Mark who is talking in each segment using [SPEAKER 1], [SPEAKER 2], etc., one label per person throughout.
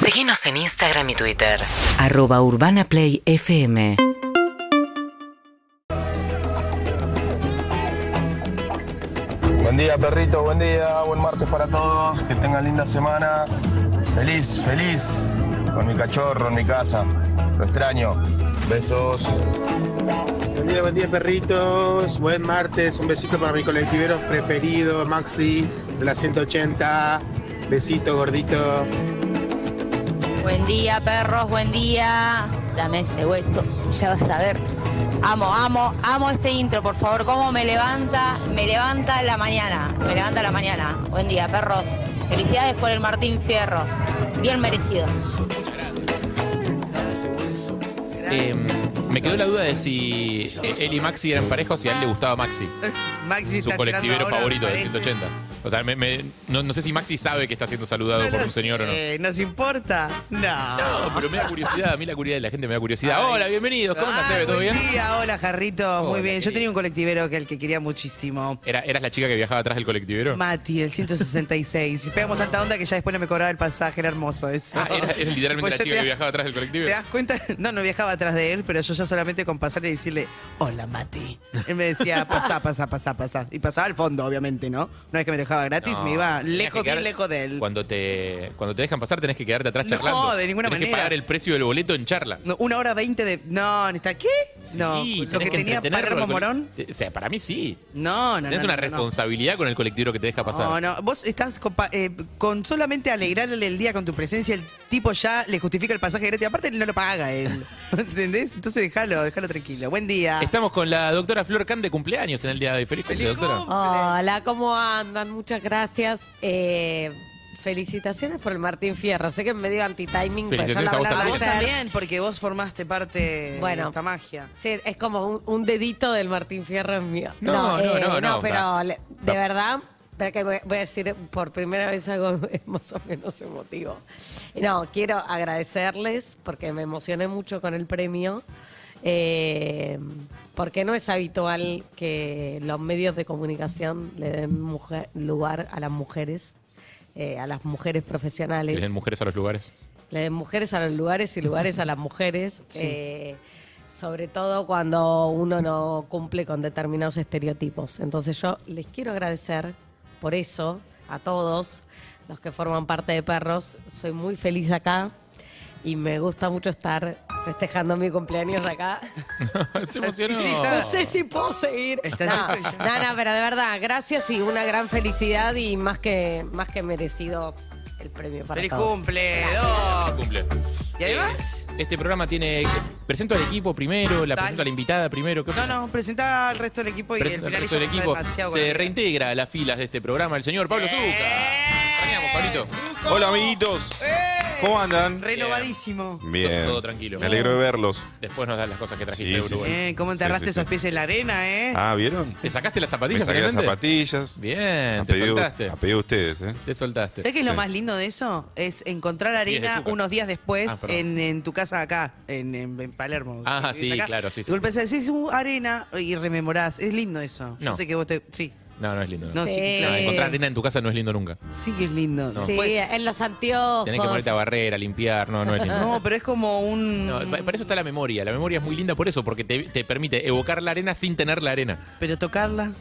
[SPEAKER 1] Seguinos en Instagram y Twitter.
[SPEAKER 2] Arroba Urbana Play FM.
[SPEAKER 3] Buen día, perrito, buen día, buen martes para todos, que tengan linda semana. Feliz, feliz con mi cachorro en mi casa. Lo extraño. Besos.
[SPEAKER 4] Buen día, buen día, perritos. Buen martes. Un besito para mi colectivero preferido, Maxi, de la 180. Besito, gordito.
[SPEAKER 5] Buen día, perros, buen día. Dame ese hueso, ya vas a ver. Amo, amo, amo este intro, por favor. ¿Cómo me levanta? Me levanta la mañana. Me levanta la mañana. Buen día, perros. Felicidades por el Martín Fierro. Bien merecido.
[SPEAKER 6] Eh, me quedó la duda de si él y Maxi eran parejos y a él le gustaba Maxi,
[SPEAKER 7] Maxi
[SPEAKER 6] su
[SPEAKER 7] está
[SPEAKER 6] colectivero
[SPEAKER 7] tirando ahora,
[SPEAKER 6] favorito del
[SPEAKER 7] parece.
[SPEAKER 6] 180. O sea, me- me- no, no sé si Maxi sabe que está siendo saludado
[SPEAKER 7] No
[SPEAKER 6] por un
[SPEAKER 7] nos-
[SPEAKER 6] señor o no.
[SPEAKER 7] eh, ¿Nos importa? No.
[SPEAKER 6] No, pero me da curiosidad, a mí la curiosidad de la gente me da curiosidad. Hola, bienvenidos, ¿cómo
[SPEAKER 7] Ah,
[SPEAKER 6] estás, Eve? ¿Todo
[SPEAKER 7] buen
[SPEAKER 6] bien?
[SPEAKER 7] día, hola Jarrito, muy
[SPEAKER 6] Hola,
[SPEAKER 7] bien. Yo
[SPEAKER 6] querido.
[SPEAKER 7] tenía un colectivero que el que quería muchísimo.
[SPEAKER 6] Era, ¿Eras la chica que viajaba atrás del colectivero?
[SPEAKER 7] Mati, el 166. Pegamos tanta onda que ya después no me cobraba el pasaje, era hermoso eso.
[SPEAKER 6] Ah, era, era literalmente
[SPEAKER 7] Pues
[SPEAKER 6] la
[SPEAKER 7] yo
[SPEAKER 6] chica
[SPEAKER 7] te-
[SPEAKER 6] que viajaba atrás del colectivo.
[SPEAKER 7] ¿Te das cuenta? No, no viajaba atrás de él, pero yo ya solamente con pasarle y decirle, hola Mati. Él me decía, pasá, pasá, pasá, pasá. Y pasaba al fondo, obviamente, ¿no? Una vez que me dejaba gratis,
[SPEAKER 6] No,
[SPEAKER 7] me iba
[SPEAKER 6] tenías
[SPEAKER 7] lejos,
[SPEAKER 6] que quedar-
[SPEAKER 7] bien lejos de él.
[SPEAKER 6] Cuando te, cuando te dejan pasar, tenés que quedarte atrás
[SPEAKER 7] No,
[SPEAKER 6] charlando.
[SPEAKER 7] de ninguna
[SPEAKER 6] tenés que
[SPEAKER 7] manera.
[SPEAKER 6] pagar el precio del boleto en charla.
[SPEAKER 7] No, una hora veinte de. No, ¿está qué? no,
[SPEAKER 6] Sí,
[SPEAKER 7] lo
[SPEAKER 6] tenés
[SPEAKER 7] que, tenía
[SPEAKER 6] entretenerlo
[SPEAKER 7] Palermo
[SPEAKER 6] al cole-
[SPEAKER 7] Morón.
[SPEAKER 6] Te- O sea, para mí sí.
[SPEAKER 7] No, no, no.
[SPEAKER 6] Tenés
[SPEAKER 7] no,
[SPEAKER 6] una
[SPEAKER 7] no, no.
[SPEAKER 6] responsabilidad con el colectivo que te deja pasar.
[SPEAKER 7] No, no, vos estás con, pa- eh, con solamente alegrarle el día con tu presencia, el tipo ya le justifica el pasaje gratis, aparte no lo paga él. ¿Entendés? Entonces déjalo, déjalo tranquilo. Buen día.
[SPEAKER 6] Estamos con la doctora Flor Can de cumpleaños en el día de hoy. Feliz cumple,
[SPEAKER 7] Feliz
[SPEAKER 6] doctora.
[SPEAKER 7] cum-
[SPEAKER 8] Hola, ¿cómo andan? Muchas gracias. Eh, felicitaciones por el Martín Fierro. Sé que me dio anti-timing, pues, pero ya
[SPEAKER 6] Felicitaciones
[SPEAKER 8] lo
[SPEAKER 6] a vos
[SPEAKER 8] hablaba
[SPEAKER 6] también.
[SPEAKER 8] ayer.
[SPEAKER 7] porque vos formaste parte
[SPEAKER 8] Bueno.
[SPEAKER 7] magia.
[SPEAKER 8] Sí, es como un, un dedito del Martín Fierro es mío.
[SPEAKER 6] No, no, no, no,
[SPEAKER 8] eh, pero
[SPEAKER 6] va.
[SPEAKER 8] le- de verdad, espera que voy, voy a decir por primera vez algo más o menos emotivo. No, quiero agradecerles porque me emocioné mucho con el premio. eh, porque no es habitual que los medios de comunicación le den mujer- lugar a las mujeres, eh, a las mujeres profesionales
[SPEAKER 6] Vienen mujeres a los lugares.
[SPEAKER 8] la de mujeres a los lugares y lugares a las mujeres. eh, sobre todo cuando uno no cumple con determinados estereotipos. Entonces yo les quiero agradecer por eso a todos los que forman parte de Perros. Soy muy feliz acá y me gusta mucho estar festejando mi cumpleaños acá.
[SPEAKER 7] Oh.
[SPEAKER 6] Se emocionó.
[SPEAKER 7] Sí, sí,
[SPEAKER 8] No
[SPEAKER 7] está-
[SPEAKER 8] sé si puedo seguir.
[SPEAKER 7] Estás
[SPEAKER 8] No,
[SPEAKER 7] en tu-
[SPEAKER 8] no, no, pero de verdad, gracias y una gran felicidad y más que, más que merecido el premio para
[SPEAKER 7] ¡Feliz
[SPEAKER 8] todos.
[SPEAKER 7] cumple!
[SPEAKER 6] Feliz
[SPEAKER 7] Doc!
[SPEAKER 6] Ah, cumple.
[SPEAKER 7] ¿Y ahí vas?
[SPEAKER 6] Este programa tiene. Presento al equipo primero, la
[SPEAKER 7] Dale.
[SPEAKER 6] presento a la invitada primero. ¿qué
[SPEAKER 7] No,
[SPEAKER 6] pasa?
[SPEAKER 7] no, presentá al resto del equipo y
[SPEAKER 6] Presento
[SPEAKER 7] el
[SPEAKER 6] al
[SPEAKER 7] final
[SPEAKER 6] resto del
[SPEAKER 7] ya
[SPEAKER 6] equipo.
[SPEAKER 7] está demasiado
[SPEAKER 6] Se
[SPEAKER 7] con-
[SPEAKER 6] reintegra a las filas de este programa el señor Pablo Zucca. Extrañamos, Pablito.
[SPEAKER 9] Hola amiguitos,
[SPEAKER 7] ¡Eh!
[SPEAKER 9] ¿cómo andan?
[SPEAKER 7] Renovadísimo.
[SPEAKER 9] Bien.
[SPEAKER 6] Todo- todo tranquilo.
[SPEAKER 9] Me alegro de verlos.
[SPEAKER 6] Después nos das las cosas que trajiste
[SPEAKER 9] Sí,
[SPEAKER 6] de
[SPEAKER 9] sí,
[SPEAKER 6] Uruguay.
[SPEAKER 7] Eh, ¿Cómo
[SPEAKER 9] Sí,
[SPEAKER 7] enterraste
[SPEAKER 9] sí, sí.
[SPEAKER 7] esos pies en la arena, eh?
[SPEAKER 9] Ah, ¿vieron?
[SPEAKER 6] ¿Te sacaste las
[SPEAKER 9] Me
[SPEAKER 6] zapatillas
[SPEAKER 9] saqué las
[SPEAKER 6] finalmente?
[SPEAKER 9] zapatillas.
[SPEAKER 6] Bien,
[SPEAKER 9] A
[SPEAKER 6] te
[SPEAKER 9] pedido,
[SPEAKER 6] soltaste.
[SPEAKER 9] a pedido de ustedes, ¿eh?
[SPEAKER 6] Te soltaste.
[SPEAKER 7] ¿Sabes qué es lo
[SPEAKER 9] Sí.
[SPEAKER 7] más lindo de eso? Es encontrar
[SPEAKER 6] Días de
[SPEAKER 7] arena
[SPEAKER 6] azúcar.
[SPEAKER 7] unos días
[SPEAKER 6] Ah,
[SPEAKER 7] después
[SPEAKER 6] perdón.
[SPEAKER 7] en, en tu casa acá, en, en- en Palermo.
[SPEAKER 6] Ah,
[SPEAKER 7] Que vivís
[SPEAKER 6] sí, claro, sí, sí.
[SPEAKER 7] De golpe decís, es un arena uh, y rememorás. Es lindo eso. Yo
[SPEAKER 6] No.
[SPEAKER 7] sé que vos te... Sí,
[SPEAKER 6] No, no es lindo.
[SPEAKER 7] No, sí, claro.
[SPEAKER 6] No, encontrar arena en tu casa no es lindo nunca.
[SPEAKER 7] sí que es lindo.
[SPEAKER 8] Sí,
[SPEAKER 7] Pues-
[SPEAKER 8] en los anteojos.
[SPEAKER 6] Tenés que ponerte a barrer, a limpiar. No, no es lindo.
[SPEAKER 7] no, pero es como un...
[SPEAKER 6] No, pa- para eso está la memoria. La memoria es muy linda por eso, porque te, te permite evocar la arena sin tener la arena.
[SPEAKER 7] Pero tocarla,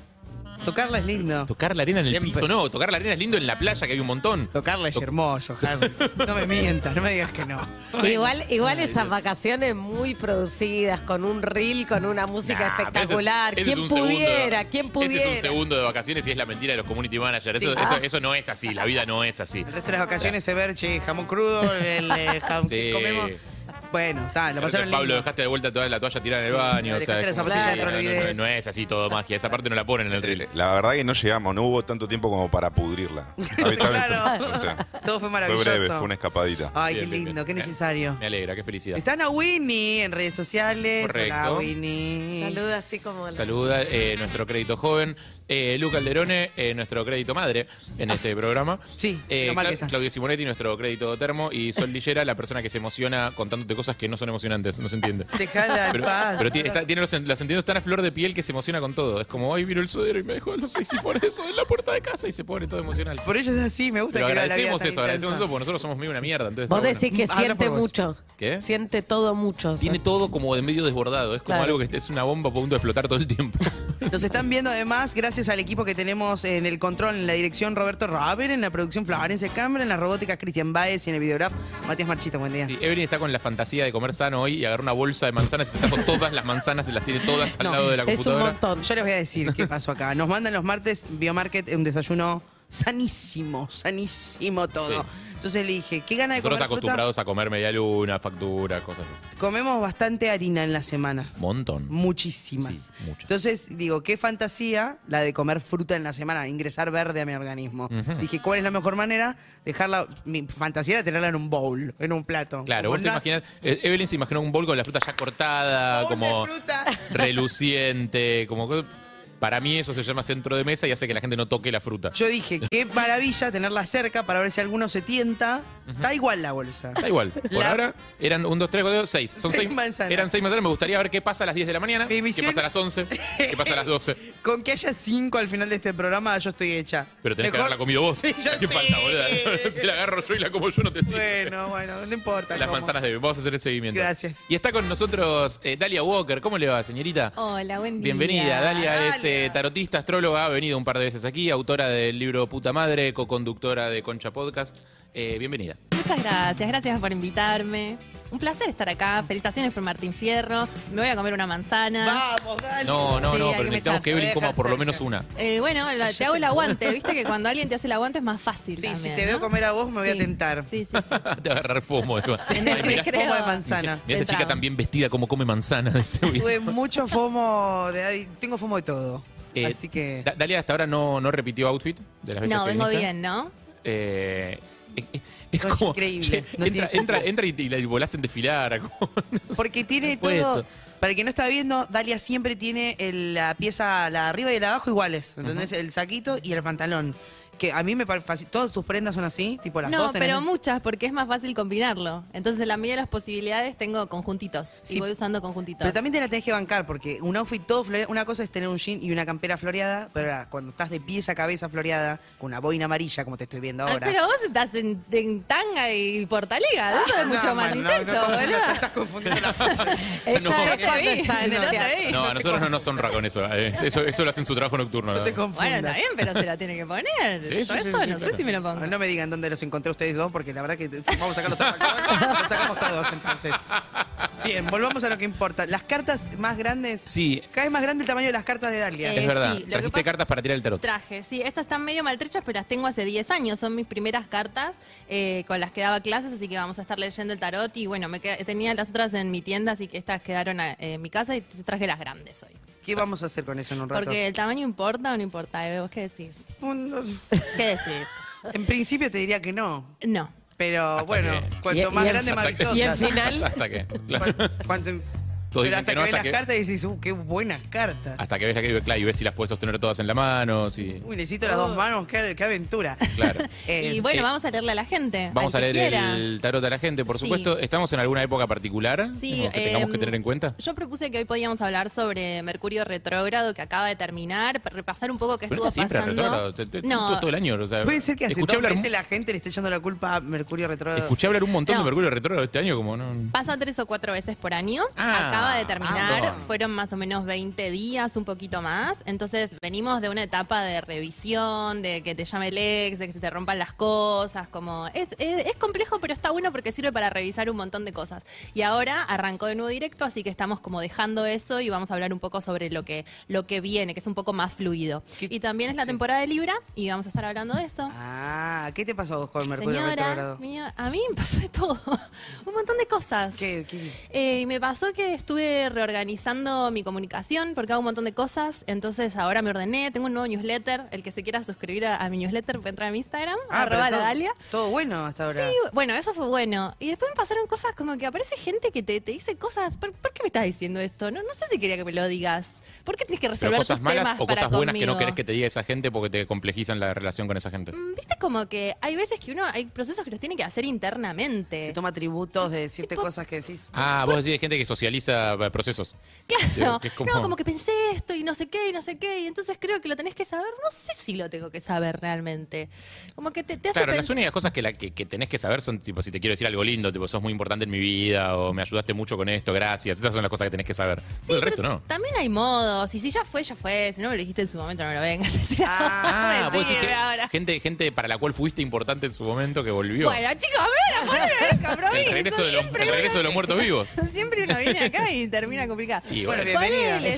[SPEAKER 7] tocarla es lindo.
[SPEAKER 6] Tocar la arena en el
[SPEAKER 7] Siempre.
[SPEAKER 6] piso, no. Tocar la arena es lindo en la playa, que hay un montón.
[SPEAKER 7] Tocarla es hermoso, Harry. No me mientas, no me digas que no.
[SPEAKER 8] Igual, igual esas vacaciones muy producidas, con un reel, con una
[SPEAKER 6] Nah,
[SPEAKER 8] música
[SPEAKER 6] pero ese es-
[SPEAKER 8] espectacular.
[SPEAKER 6] ese es
[SPEAKER 8] ¿Quién
[SPEAKER 6] un segundo de-
[SPEAKER 8] pudiera? ¿Quién pudiera?
[SPEAKER 6] Ese es un segundo de vacaciones y es la mentira de los community managers. Eso,
[SPEAKER 7] Sí.
[SPEAKER 6] eso-
[SPEAKER 7] Ah.
[SPEAKER 6] eso no es así, la vida no es así.
[SPEAKER 7] El resto de las vacaciones se ver, che, jamón crudo, el, eh, jamón que
[SPEAKER 6] Sí.
[SPEAKER 7] comemos. Bueno, está, lo
[SPEAKER 6] Pero
[SPEAKER 7] pasaron
[SPEAKER 6] Pablo,
[SPEAKER 7] lindo.
[SPEAKER 6] dejaste de vuelta toda la toalla tirada en el
[SPEAKER 7] Sí,
[SPEAKER 6] baño.
[SPEAKER 7] dejaste
[SPEAKER 6] es
[SPEAKER 7] las
[SPEAKER 6] como
[SPEAKER 7] zapatillas
[SPEAKER 6] si-
[SPEAKER 7] dentro del
[SPEAKER 6] no, no,
[SPEAKER 7] bidet.
[SPEAKER 6] no es así todo magia. Esa parte no la ponen en el reel.
[SPEAKER 9] La verdad que no llegamos, no hubo tanto tiempo como para pudrirla.
[SPEAKER 7] Claro.
[SPEAKER 9] O sea,
[SPEAKER 7] Todo fue
[SPEAKER 9] fue
[SPEAKER 7] maravilloso.
[SPEAKER 9] breve, fue una escapadita.
[SPEAKER 7] Ay,
[SPEAKER 6] Bien,
[SPEAKER 7] qué
[SPEAKER 6] bien, bien.
[SPEAKER 7] lindo, qué
[SPEAKER 6] Eh,
[SPEAKER 7] necesario.
[SPEAKER 6] Me alegra, qué felicidad.
[SPEAKER 7] Están a Winnie en redes sociales.
[SPEAKER 6] Correcto.
[SPEAKER 7] Hola, Winnie.
[SPEAKER 8] Saluda así como la-
[SPEAKER 6] Saluda eh, nuestro crédito joven, eh, Luca Alderone, eh, nuestro crédito madre en este programa.
[SPEAKER 7] Sí,
[SPEAKER 6] Eh,
[SPEAKER 7] lo mal que
[SPEAKER 6] Cla-
[SPEAKER 7] está.
[SPEAKER 6] Claudio Simonetti, nuestro crédito termo. Y Sol Lillera, la persona que se emociona contándote cosas que no son emocionantes, no se entiende.
[SPEAKER 7] Dejala en
[SPEAKER 6] Pero,
[SPEAKER 7] paz.
[SPEAKER 6] pero tiene, está- tiene los, sen- las sentidos tan a flor de piel que se emociona con todo. Es como, ay, vino el sodero y me dejó los seis sifones de soda en la puerta de casa y se pone todo emocional.
[SPEAKER 7] Por ello es así, me gusta
[SPEAKER 6] Pero
[SPEAKER 7] que la- la vida
[SPEAKER 6] agradecemos
[SPEAKER 7] tan
[SPEAKER 6] eso, agradecemos
[SPEAKER 7] intensa.
[SPEAKER 6] eso porque nosotros somos medio una mierda. Entonces
[SPEAKER 10] Vos
[SPEAKER 6] está bueno.
[SPEAKER 10] decís que
[SPEAKER 7] Habla
[SPEAKER 10] siente
[SPEAKER 7] por vos.
[SPEAKER 10] mucho.
[SPEAKER 6] ¿Qué?
[SPEAKER 10] Siente todo mucho. o sea.
[SPEAKER 6] Tiene todo como de medio desbordado. Es como
[SPEAKER 10] Claro.
[SPEAKER 6] algo que es una bomba a punto de explotar todo el tiempo.
[SPEAKER 7] Nos están viendo además gracias al equipo que tenemos en el control, en la dirección Roberto Raber, en la producción Florencia Cámara, en la robótica Cristian Baez y en el videograf Matías Marchito. Buen día.
[SPEAKER 6] Sí, Evelyn está con la fantasía de comer sano hoy y agarró una bolsa de manzanas y se tapó todas las manzanas, se las tiene todas al
[SPEAKER 7] No,
[SPEAKER 6] lado de la
[SPEAKER 10] es un
[SPEAKER 6] computadora.
[SPEAKER 10] montón.
[SPEAKER 7] Yo les voy a decir qué pasó acá. Nos mandan los martes Biomarket un desayuno sanísimo, sanísimo todo.
[SPEAKER 6] Sí.
[SPEAKER 7] Entonces le dije, ¿qué gana de
[SPEAKER 6] Nosotros
[SPEAKER 7] comer fruta?
[SPEAKER 6] acostumbrados a comer media luna, factura, cosas así.
[SPEAKER 7] Comemos bastante harina en la semana.
[SPEAKER 6] Montón.
[SPEAKER 7] Muchísimas.
[SPEAKER 6] Sí, muchas.
[SPEAKER 7] Entonces digo, qué fantasía la de comer fruta en la semana, ingresar verde a mi organismo. Dije, ¿cuál es la mejor manera? Dejarla, mi fantasía era tenerla en un bowl, en un plato.
[SPEAKER 6] Claro,
[SPEAKER 7] Como
[SPEAKER 6] vos te
[SPEAKER 7] una-
[SPEAKER 6] imaginás, eh, Evelyn se imaginó un bol con la fruta ya cortada,
[SPEAKER 7] Bowl de
[SPEAKER 6] como
[SPEAKER 7] frutas.
[SPEAKER 6] reluciente, como cosa- Para mí eso se llama centro de mesa y hace que la gente no toque la fruta.
[SPEAKER 7] Yo dije, qué maravilla tenerla cerca para ver si alguno se tienta. Está igual la bolsa.
[SPEAKER 6] Da igual. Por
[SPEAKER 7] La-
[SPEAKER 6] ahora eran 1, 2, 3, 4, 6. Son
[SPEAKER 7] Seis
[SPEAKER 6] seis,
[SPEAKER 7] manzanas.
[SPEAKER 6] Eran seis manzanas. Me gustaría ver qué pasa a las 10 de la mañana,
[SPEAKER 7] Mi
[SPEAKER 6] qué
[SPEAKER 7] misión-
[SPEAKER 6] pasa a las 11, qué pasa a las 12.
[SPEAKER 7] Con que haya cinco al final de este programa, yo estoy hecha.
[SPEAKER 6] Pero tenés que
[SPEAKER 7] Mejor-
[SPEAKER 6] haberla comido vos.
[SPEAKER 7] Sí, ya
[SPEAKER 6] ¿Qué
[SPEAKER 7] sé.
[SPEAKER 6] falta, boludo? si la agarro yo y la como yo no te sirve.
[SPEAKER 7] Bueno, bueno, no importa.
[SPEAKER 6] Las
[SPEAKER 7] cómo.
[SPEAKER 6] manzanas de Vamos a hacer el seguimiento.
[SPEAKER 7] Gracias.
[SPEAKER 6] Y está con nosotros eh, Dalia Walker. ¿Cómo le va, señorita?
[SPEAKER 8] Hola, buen día.
[SPEAKER 6] Bienvenida. Dalia, es
[SPEAKER 7] Dalia.
[SPEAKER 6] eh, tarotista, astróloga, ha venido un par de veces aquí, autora del libro Puta Madre, co-conductora de Concha Podcast. Eh, bienvenida.
[SPEAKER 8] Muchas gracias, gracias por invitarme. Un placer estar acá. Felicitaciones por Martín Fierro. Me voy a comer una manzana.
[SPEAKER 7] Vamos, dale.
[SPEAKER 6] No, no,
[SPEAKER 8] Sí,
[SPEAKER 6] no,
[SPEAKER 8] hay que
[SPEAKER 6] pero necesitamos
[SPEAKER 8] mechar.
[SPEAKER 6] que Evelyn
[SPEAKER 7] Voy a
[SPEAKER 6] coma
[SPEAKER 7] dejar
[SPEAKER 6] por lo
[SPEAKER 7] cerca.
[SPEAKER 6] menos una.
[SPEAKER 8] Eh, bueno, la- te hago el aguante. Viste que cuando alguien te hace el aguante es más fácil.
[SPEAKER 7] Sí, si
[SPEAKER 8] también,
[SPEAKER 7] te
[SPEAKER 8] ¿no?
[SPEAKER 7] veo comer a vos, me voy a tentar.
[SPEAKER 8] Sí, sí, sí.
[SPEAKER 6] Te va a agarrar fomo. Ay,
[SPEAKER 8] el
[SPEAKER 6] mirá,
[SPEAKER 8] recreo.
[SPEAKER 7] Fomo de manzana.
[SPEAKER 6] mirá esa chica
[SPEAKER 8] Entramos.
[SPEAKER 6] tan bien vestida como come manzana. Ese
[SPEAKER 7] Tuve mucho fomo de ahí. Tengo fomo de todo.
[SPEAKER 6] Eh,
[SPEAKER 7] Así que.
[SPEAKER 6] Da- Dalia hasta ahora no, no repitió outfit de las veces
[SPEAKER 8] No,
[SPEAKER 6] que
[SPEAKER 8] vengo
[SPEAKER 6] viniste.
[SPEAKER 8] bien, ¿no?
[SPEAKER 6] Eh, es- es- es
[SPEAKER 7] No, es
[SPEAKER 6] como-
[SPEAKER 7] increíble. No tiene
[SPEAKER 6] entra,
[SPEAKER 7] sentido.
[SPEAKER 6] entra, entra y, y la y la hacen desfilar. como-
[SPEAKER 7] Porque tiene
[SPEAKER 6] puesto.
[SPEAKER 7] todo. Para el que no está viendo, Dalia siempre tiene el- la pieza, la de arriba y la de abajo iguales. ¿Entendés? El saquito y el pantalón. Que a mí me parece. Todas tus prendas son así, tipo las
[SPEAKER 8] No,
[SPEAKER 7] dos. tenés-
[SPEAKER 8] pero muchas, porque es más fácil combinarlo. Entonces, en la medida de las posibilidades, tengo conjuntitos.
[SPEAKER 7] Sí.
[SPEAKER 8] Y voy usando conjuntitos.
[SPEAKER 7] Pero también te la tenés que bancar, porque un outfit todo floreado, una cosa es tener un jean y una campera floreada, pero ahora, cuando estás de pies a cabeza floreada, con una boina amarilla, como te estoy viendo
[SPEAKER 8] Ah,
[SPEAKER 7] ahora.
[SPEAKER 8] pero vos estás en, en tanga y portaliga. Eso es mucho
[SPEAKER 7] Ah, No,
[SPEAKER 8] más
[SPEAKER 7] man, no,
[SPEAKER 8] intenso,
[SPEAKER 7] no, no, no,
[SPEAKER 8] boludo.
[SPEAKER 7] te estás confundiendo las cosas.
[SPEAKER 10] Esa
[SPEAKER 6] No.
[SPEAKER 10] es
[SPEAKER 8] Yo te
[SPEAKER 10] cuando
[SPEAKER 8] vi,
[SPEAKER 10] está en
[SPEAKER 8] yo
[SPEAKER 10] el
[SPEAKER 8] te
[SPEAKER 10] teatro.
[SPEAKER 8] vi.
[SPEAKER 6] No, a nosotros no nos honra con eso. eh, Eso, eso lo hacen en su trabajo nocturno.
[SPEAKER 7] No
[SPEAKER 6] nada
[SPEAKER 7] te
[SPEAKER 6] más.
[SPEAKER 8] Bueno,
[SPEAKER 7] confundas.
[SPEAKER 8] está bien, pero se la tiene que poner.
[SPEAKER 6] Sí,
[SPEAKER 8] Yo
[SPEAKER 6] sí,
[SPEAKER 8] eso
[SPEAKER 6] sí,
[SPEAKER 8] no
[SPEAKER 6] sí, claro.
[SPEAKER 8] sé si me lo pongo.
[SPEAKER 7] No me digan dónde los encontré ustedes dos, porque la verdad que si vamos a sacar los zapatos, los sacamos todos entonces. Bien, volvamos a lo que importa. Las cartas más grandes.
[SPEAKER 6] Sí,
[SPEAKER 7] Cada vez más grande el tamaño de las cartas de Dalia.
[SPEAKER 8] Eh,
[SPEAKER 6] es verdad.
[SPEAKER 8] sí, lo que
[SPEAKER 6] Trajiste
[SPEAKER 8] pasa-
[SPEAKER 6] cartas para tirar el tarot.
[SPEAKER 8] Traje, sí, estas están medio maltrechas, pero las tengo hace 10 años. Son mis primeras cartas eh, con las que daba clases, así que vamos a estar leyendo el tarot. Y bueno, me qued- tenía las otras en mi tienda, así que estas quedaron a- en mi casa y traje las grandes hoy.
[SPEAKER 7] ¿Qué vamos a hacer con eso en un rato?
[SPEAKER 8] Porque el tamaño importa o no importa, eh, ¿vos qué decís?
[SPEAKER 7] Un-
[SPEAKER 8] ¿Qué decís?
[SPEAKER 7] En principio te diría que no,
[SPEAKER 8] No.
[SPEAKER 7] pero bueno,
[SPEAKER 6] que-
[SPEAKER 7] cuanto
[SPEAKER 10] Y-
[SPEAKER 7] más
[SPEAKER 10] y el-
[SPEAKER 7] grande, más
[SPEAKER 6] Hasta que-
[SPEAKER 7] vistosa.
[SPEAKER 10] Y al final,
[SPEAKER 6] Hasta que, claro.
[SPEAKER 7] Cu- cuanto-
[SPEAKER 6] Todos
[SPEAKER 7] pero
[SPEAKER 6] dicen
[SPEAKER 7] hasta
[SPEAKER 6] que
[SPEAKER 7] que,
[SPEAKER 6] no,
[SPEAKER 7] ves
[SPEAKER 6] hasta
[SPEAKER 7] las
[SPEAKER 6] que-
[SPEAKER 7] cartas y dices, uh, qué buenas cartas.
[SPEAKER 6] hasta que ves la que vive Clay y ves si las puedes sostener todas en la mano. Si,
[SPEAKER 7] Uy, necesito las
[SPEAKER 8] Uh.
[SPEAKER 7] dos manos, qué, qué aventura.
[SPEAKER 6] claro.
[SPEAKER 7] Eh,
[SPEAKER 8] y bueno,
[SPEAKER 6] eh,
[SPEAKER 8] vamos a leerle a la gente.
[SPEAKER 6] Vamos a
[SPEAKER 8] al que
[SPEAKER 6] leer
[SPEAKER 8] quiera.
[SPEAKER 6] el tarot a la gente, por
[SPEAKER 8] Sí.
[SPEAKER 6] supuesto. ¿Estamos en alguna época particular como que tengamos
[SPEAKER 8] em,
[SPEAKER 6] que tener en cuenta?
[SPEAKER 8] Yo propuse que hoy podíamos hablar sobre Mercurio retrógrado que acaba de terminar, pa- repasar un poco qué
[SPEAKER 6] Pero
[SPEAKER 8] estuvo
[SPEAKER 6] está siempre retrógrado.
[SPEAKER 8] pasando.
[SPEAKER 6] te- te-
[SPEAKER 8] No.
[SPEAKER 6] Todo todo el año. o sea,
[SPEAKER 7] Puede ser que hace
[SPEAKER 6] escuché
[SPEAKER 7] dos
[SPEAKER 6] hablar mu-
[SPEAKER 7] meses la gente le esté echando la culpa a Mercurio Retrógrado.
[SPEAKER 6] Escuché hablar un montón de
[SPEAKER 8] No.
[SPEAKER 6] Mercurio retrógrado este año, como no.
[SPEAKER 8] Pasa tres o cuatro veces por año.
[SPEAKER 6] Ah,
[SPEAKER 8] Acaba de terminar.
[SPEAKER 6] ah, bueno.
[SPEAKER 8] Fueron más o menos 20 días, un poquito más. Entonces venimos de una etapa de revisión, de que te llame el ex, de que se te rompan las cosas. Como es, es- es complejo, pero está bueno porque sirve para revisar un montón de cosas. Y ahora arrancó de nuevo directo, así que estamos como dejando eso y vamos a hablar un poco sobre lo que, lo que viene, que es un poco más fluido.
[SPEAKER 7] ¿Qué-
[SPEAKER 8] Y también es la
[SPEAKER 7] sí.
[SPEAKER 8] temporada de Libra y vamos a estar hablando de eso.
[SPEAKER 7] Ah, ¿qué te pasó a vos con Mercurio
[SPEAKER 8] Señora,
[SPEAKER 7] Retrógrado?
[SPEAKER 8] mía, a mí me pasó de todo, un montón de cosas.
[SPEAKER 7] ¿Qué, qué?
[SPEAKER 8] Eh, y me pasó que estuve reorganizando mi comunicación porque hago un montón de cosas. Entonces ahora me ordené, tengo un nuevo newsletter. El que se quiera suscribir a, a mi newsletter puede entrar a mi Instagram,
[SPEAKER 7] Ah, pero
[SPEAKER 8] arroba la
[SPEAKER 7] todo,
[SPEAKER 8] Dalia.
[SPEAKER 7] todo bueno hasta ahora.
[SPEAKER 8] Sí, bueno, eso fue bueno. Y después me pasaron cosas como que aparece gente que te, te dice cosas. ¿Por, por qué me estás diciendo esto? No, no sé si quería que me lo digas. ¿Por qué tienes que
[SPEAKER 6] Pero
[SPEAKER 8] resolver
[SPEAKER 6] cosas
[SPEAKER 8] tus
[SPEAKER 6] malas
[SPEAKER 8] temas
[SPEAKER 6] o
[SPEAKER 8] para
[SPEAKER 6] cosas buenas que
[SPEAKER 8] conmigo?
[SPEAKER 6] no querés que te diga esa gente porque te complejizan la relación con esa gente.
[SPEAKER 8] Mm, Viste como que hay veces que uno, hay procesos que los tiene que hacer internamente.
[SPEAKER 7] Se toma tributos de decirte cosas que decís.
[SPEAKER 6] Ah, vos decís gente que socializa eh, procesos.
[SPEAKER 8] Claro,
[SPEAKER 6] Digo, que es
[SPEAKER 8] no, como que pensé esto y no sé qué y no sé qué, y entonces creo que lo tenés que saber. No sé si lo tengo que saber realmente. Como que te, te hace
[SPEAKER 6] Claro, las
[SPEAKER 8] pensar-
[SPEAKER 6] únicas cosas que, la, que, que tenés que saber son, tipo, si te quiero decir algo lindo, tipo, sos muy importante en mi vida, o me ayudaste mucho con esto, gracias. Esas son las cosas que tenés que saber.
[SPEAKER 8] Sí,
[SPEAKER 6] Todo el
[SPEAKER 8] pero
[SPEAKER 6] resto no.
[SPEAKER 8] También hay modos, y si ya fue, ya fue. Si no me lo dijiste en su momento, no me lo vengas a decir ahora.
[SPEAKER 6] Ah,
[SPEAKER 8] Me
[SPEAKER 6] vos decís
[SPEAKER 8] sirve
[SPEAKER 6] que
[SPEAKER 8] ahora.
[SPEAKER 6] gente, gente para la cual fuiste importante en su momento que volvió.
[SPEAKER 8] Bueno, chicos, me van a poner en el compromiso.
[SPEAKER 6] el regreso, de los,
[SPEAKER 8] Siempre
[SPEAKER 6] el regreso de los
[SPEAKER 8] uno-
[SPEAKER 6] muertos vivos.
[SPEAKER 8] Siempre uno viene acá y termina complicado.
[SPEAKER 6] Y bueno,
[SPEAKER 7] Bueno, bienvenida.
[SPEAKER 8] Ponele,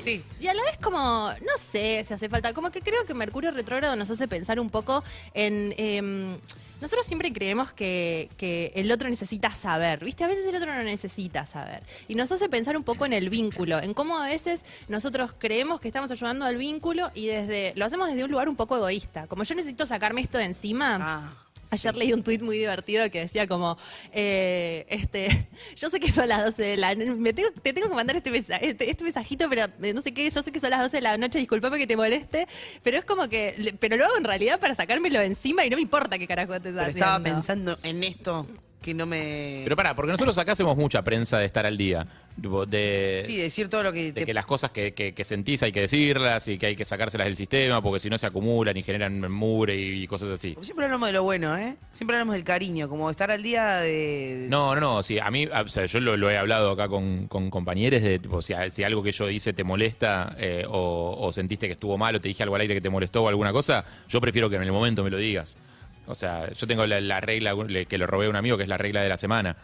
[SPEAKER 7] Sí.
[SPEAKER 8] Y a la vez como, no sé si hace falta, como que creo que Mercurio retrógrado nos hace pensar un poco en... em, nosotros siempre creemos que, que el otro necesita saber, ¿viste? A veces el otro no necesita saber. Y nos hace pensar un poco en el vínculo, en cómo a veces nosotros creemos que estamos ayudando al vínculo y desde lo hacemos desde un lugar un poco egoísta. Como yo necesito sacarme esto de encima,
[SPEAKER 7] Ah,
[SPEAKER 8] Ayer leí un tuit muy divertido que decía como, eh, este, yo sé que son las 12 de la noche, me tengo, te tengo que mandar este, mesa- este, este mensajito, pero eh, no sé qué, yo sé que son las 12 de la noche, disculpame que te moleste, pero es como que, le- pero lo hago en realidad para sacármelo de encima y no me importa qué carajo te
[SPEAKER 7] pero
[SPEAKER 8] estás
[SPEAKER 7] estaba
[SPEAKER 8] haciendo".
[SPEAKER 7] pensando en esto que no me.
[SPEAKER 6] Pero pará, porque nosotros acá hacemos mucha prensa de estar al día. tipo, De,
[SPEAKER 7] sí, decir todo lo que
[SPEAKER 6] de
[SPEAKER 7] te.
[SPEAKER 6] que las cosas que, que- que sentís hay que decirlas y que hay que sacárselas del sistema porque si no se acumulan y generan mugre y, y cosas así.
[SPEAKER 7] Siempre hablamos de lo bueno, ¿eh? Siempre hablamos del cariño, como estar al día de.
[SPEAKER 6] No, no, no. Si a mí, a- o sea, yo lo, lo he hablado acá con, con compañeros de tipo, si, a- si algo que yo hice te molesta eh, o, o sentiste que estuvo mal o te dije algo al aire que te molestó o alguna cosa, yo prefiero que en el momento me lo digas. O sea, yo tengo la, la regla le- que lo robé a un amigo, que es la regla de la semana.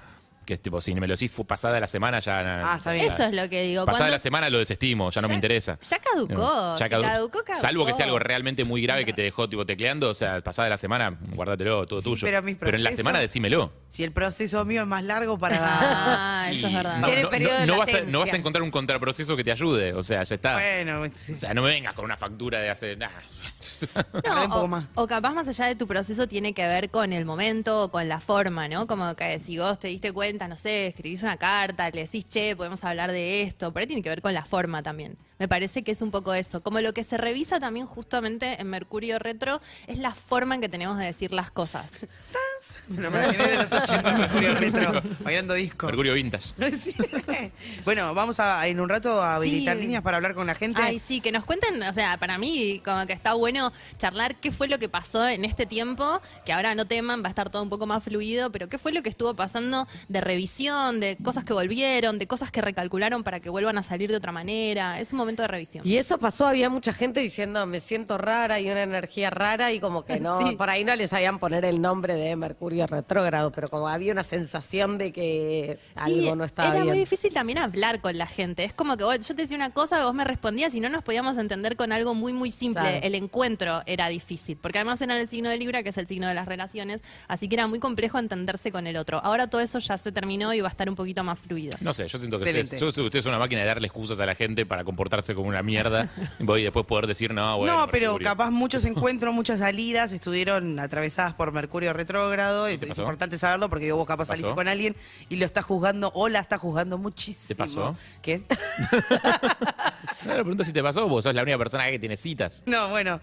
[SPEAKER 6] Que es tipo, si me lo decís fu- pasada la semana ya. na-
[SPEAKER 7] Ah, está bien.
[SPEAKER 8] Eso es lo que digo.
[SPEAKER 6] Pasada
[SPEAKER 8] cuando-
[SPEAKER 6] la semana lo desestimo, ya no me interesa.
[SPEAKER 8] ya caducó, si caducó, caducó.
[SPEAKER 6] Salvo que sea algo realmente muy grave que te dejó tipo tecleando, o sea, pasada la semana, guárdatelo, todo
[SPEAKER 7] Sí,
[SPEAKER 6] tuyo.
[SPEAKER 7] pero mis
[SPEAKER 6] en la
[SPEAKER 7] procesos-
[SPEAKER 6] semana decímelo.
[SPEAKER 7] Si el proceso mío es más largo para.
[SPEAKER 8] Ah, eso es
[SPEAKER 6] Y
[SPEAKER 8] verdad.
[SPEAKER 6] No,
[SPEAKER 10] Tiene
[SPEAKER 6] no-
[SPEAKER 10] periodo
[SPEAKER 6] no-
[SPEAKER 10] de
[SPEAKER 6] no vas a,
[SPEAKER 10] latencia.
[SPEAKER 6] no vas a encontrar un contraproceso que te ayude. O sea, ya está.
[SPEAKER 7] bueno, sí.
[SPEAKER 6] O sea, no me vengas con una factura de hace. nah.
[SPEAKER 7] Tardé un
[SPEAKER 8] o-
[SPEAKER 7] poco más.
[SPEAKER 8] O, capaz más allá de tu proceso tiene que ver con el momento o con la forma, ¿no? Como que si vos te diste cuenta, no sé, escribís una carta, le decís, che, podemos hablar de esto, pero ahí tiene que ver con la forma también. Me parece que es un poco eso. Como lo que se revisa también justamente en Mercurio Retro es la forma en que tenemos de decir las cosas.
[SPEAKER 7] No me imaginé de los 80 Mercurio Retro, bailando disco.
[SPEAKER 6] Mercurio Vintage.
[SPEAKER 7] No es- bueno, vamos a en un rato a habilitar
[SPEAKER 8] Sí.
[SPEAKER 7] líneas para hablar con la gente.
[SPEAKER 8] Ay, sí, que nos cuenten, o sea, para mí como que está bueno charlar qué fue lo que pasó en este tiempo, que ahora no teman, va a estar todo un poco más fluido, pero qué fue lo que estuvo pasando de revisión, de cosas que volvieron, de cosas que recalcularon para que vuelvan a salir de otra manera. Es un momento de revisión.
[SPEAKER 10] Y eso pasó, había mucha gente diciendo, me siento rara y una energía rara y como que no,
[SPEAKER 8] Sí.
[SPEAKER 10] por ahí no les sabían poner el nombre de Mercurio retrógrado, pero como había una sensación de que
[SPEAKER 8] Sí,
[SPEAKER 10] algo no estaba
[SPEAKER 8] era
[SPEAKER 10] bien.
[SPEAKER 8] muy difícil también hablar con la gente. Es como que vos- yo te decía una cosa, vos me respondías y no nos podíamos entender con algo muy, muy simple.
[SPEAKER 10] Claro.
[SPEAKER 8] El encuentro era difícil, porque además era el signo de Libra, que es el signo de las relaciones, así que era muy complejo entenderse con el otro. Ahora todo eso ya se terminó y va a estar un poquito más fluido.
[SPEAKER 6] No sé, yo siento que
[SPEAKER 7] Excelente.
[SPEAKER 6] ustedes, yo siento que ustedes son una máquina de darle excusas a la gente para comportarse como una mierda y voy después poder decir, no, bueno.
[SPEAKER 7] no, pero
[SPEAKER 6] Mercurio.
[SPEAKER 7] capaz muchos encuentros, muchas salidas estuvieron atravesadas por Mercurio retrógrado. y
[SPEAKER 6] ¿Te
[SPEAKER 7] Es
[SPEAKER 6] pasó?
[SPEAKER 7] importante saberlo porque vos capaz
[SPEAKER 6] ¿Pasó?
[SPEAKER 7] saliste con alguien y lo está juzgando o la está juzgando muchísimo.
[SPEAKER 6] ¿Te pasó?
[SPEAKER 7] ¿Qué?
[SPEAKER 6] No, la pregunta es si te pasó, vos sos la única persona que tiene citas.
[SPEAKER 7] No, bueno,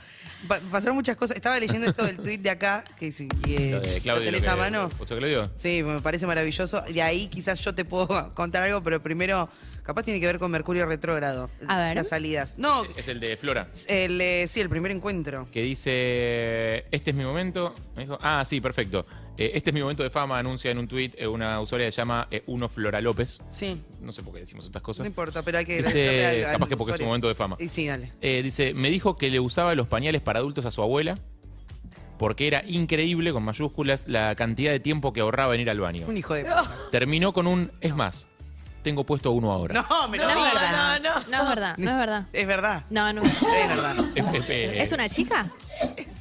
[SPEAKER 7] pa- pasaron muchas cosas. Estaba leyendo esto del tweet de acá, que, si- que
[SPEAKER 6] Lo de Claudio,
[SPEAKER 7] Eh, lo tenés
[SPEAKER 6] lo que-
[SPEAKER 7] a mano.
[SPEAKER 6] ¿puso Claudio?
[SPEAKER 7] Sí, me parece maravilloso. De ahí quizás yo te puedo contar algo, pero primero, capaz tiene que ver con Mercurio retrógrado.
[SPEAKER 8] A ver.
[SPEAKER 7] Las salidas. No,
[SPEAKER 6] Es el de Flora.
[SPEAKER 7] el, eh, sí, el primer encuentro.
[SPEAKER 6] que dice, este es mi momento. Me dijo, ah, sí, perfecto. Eh, este es mi momento de fama, anuncia en un tuit eh, una usuaria que se llama eh, Uno Flora López.
[SPEAKER 7] Sí,
[SPEAKER 6] No sé por qué decimos estas cosas.
[SPEAKER 7] no importa, pero hay que
[SPEAKER 6] Dice,
[SPEAKER 7] agradecerle al- al
[SPEAKER 6] capaz que porque es
[SPEAKER 7] usuario.
[SPEAKER 6] un momento de fama.
[SPEAKER 7] Y sí, dale.
[SPEAKER 6] Eh, dice, me dijo que le usaba los pañales para adultos a su abuela porque era increíble, con mayúsculas, la cantidad de tiempo que ahorraba en ir al baño.
[SPEAKER 7] Un hijo de...
[SPEAKER 6] Terminó con un, es más, tengo puesto uno ahora.
[SPEAKER 7] No, me lo
[SPEAKER 8] No, es
[SPEAKER 7] digas.
[SPEAKER 8] verdad. No, es verdad, no es verdad.
[SPEAKER 7] Es verdad.
[SPEAKER 8] No, no.
[SPEAKER 7] Es verdad.
[SPEAKER 6] Es, es- eh,
[SPEAKER 8] ¿Es una chica?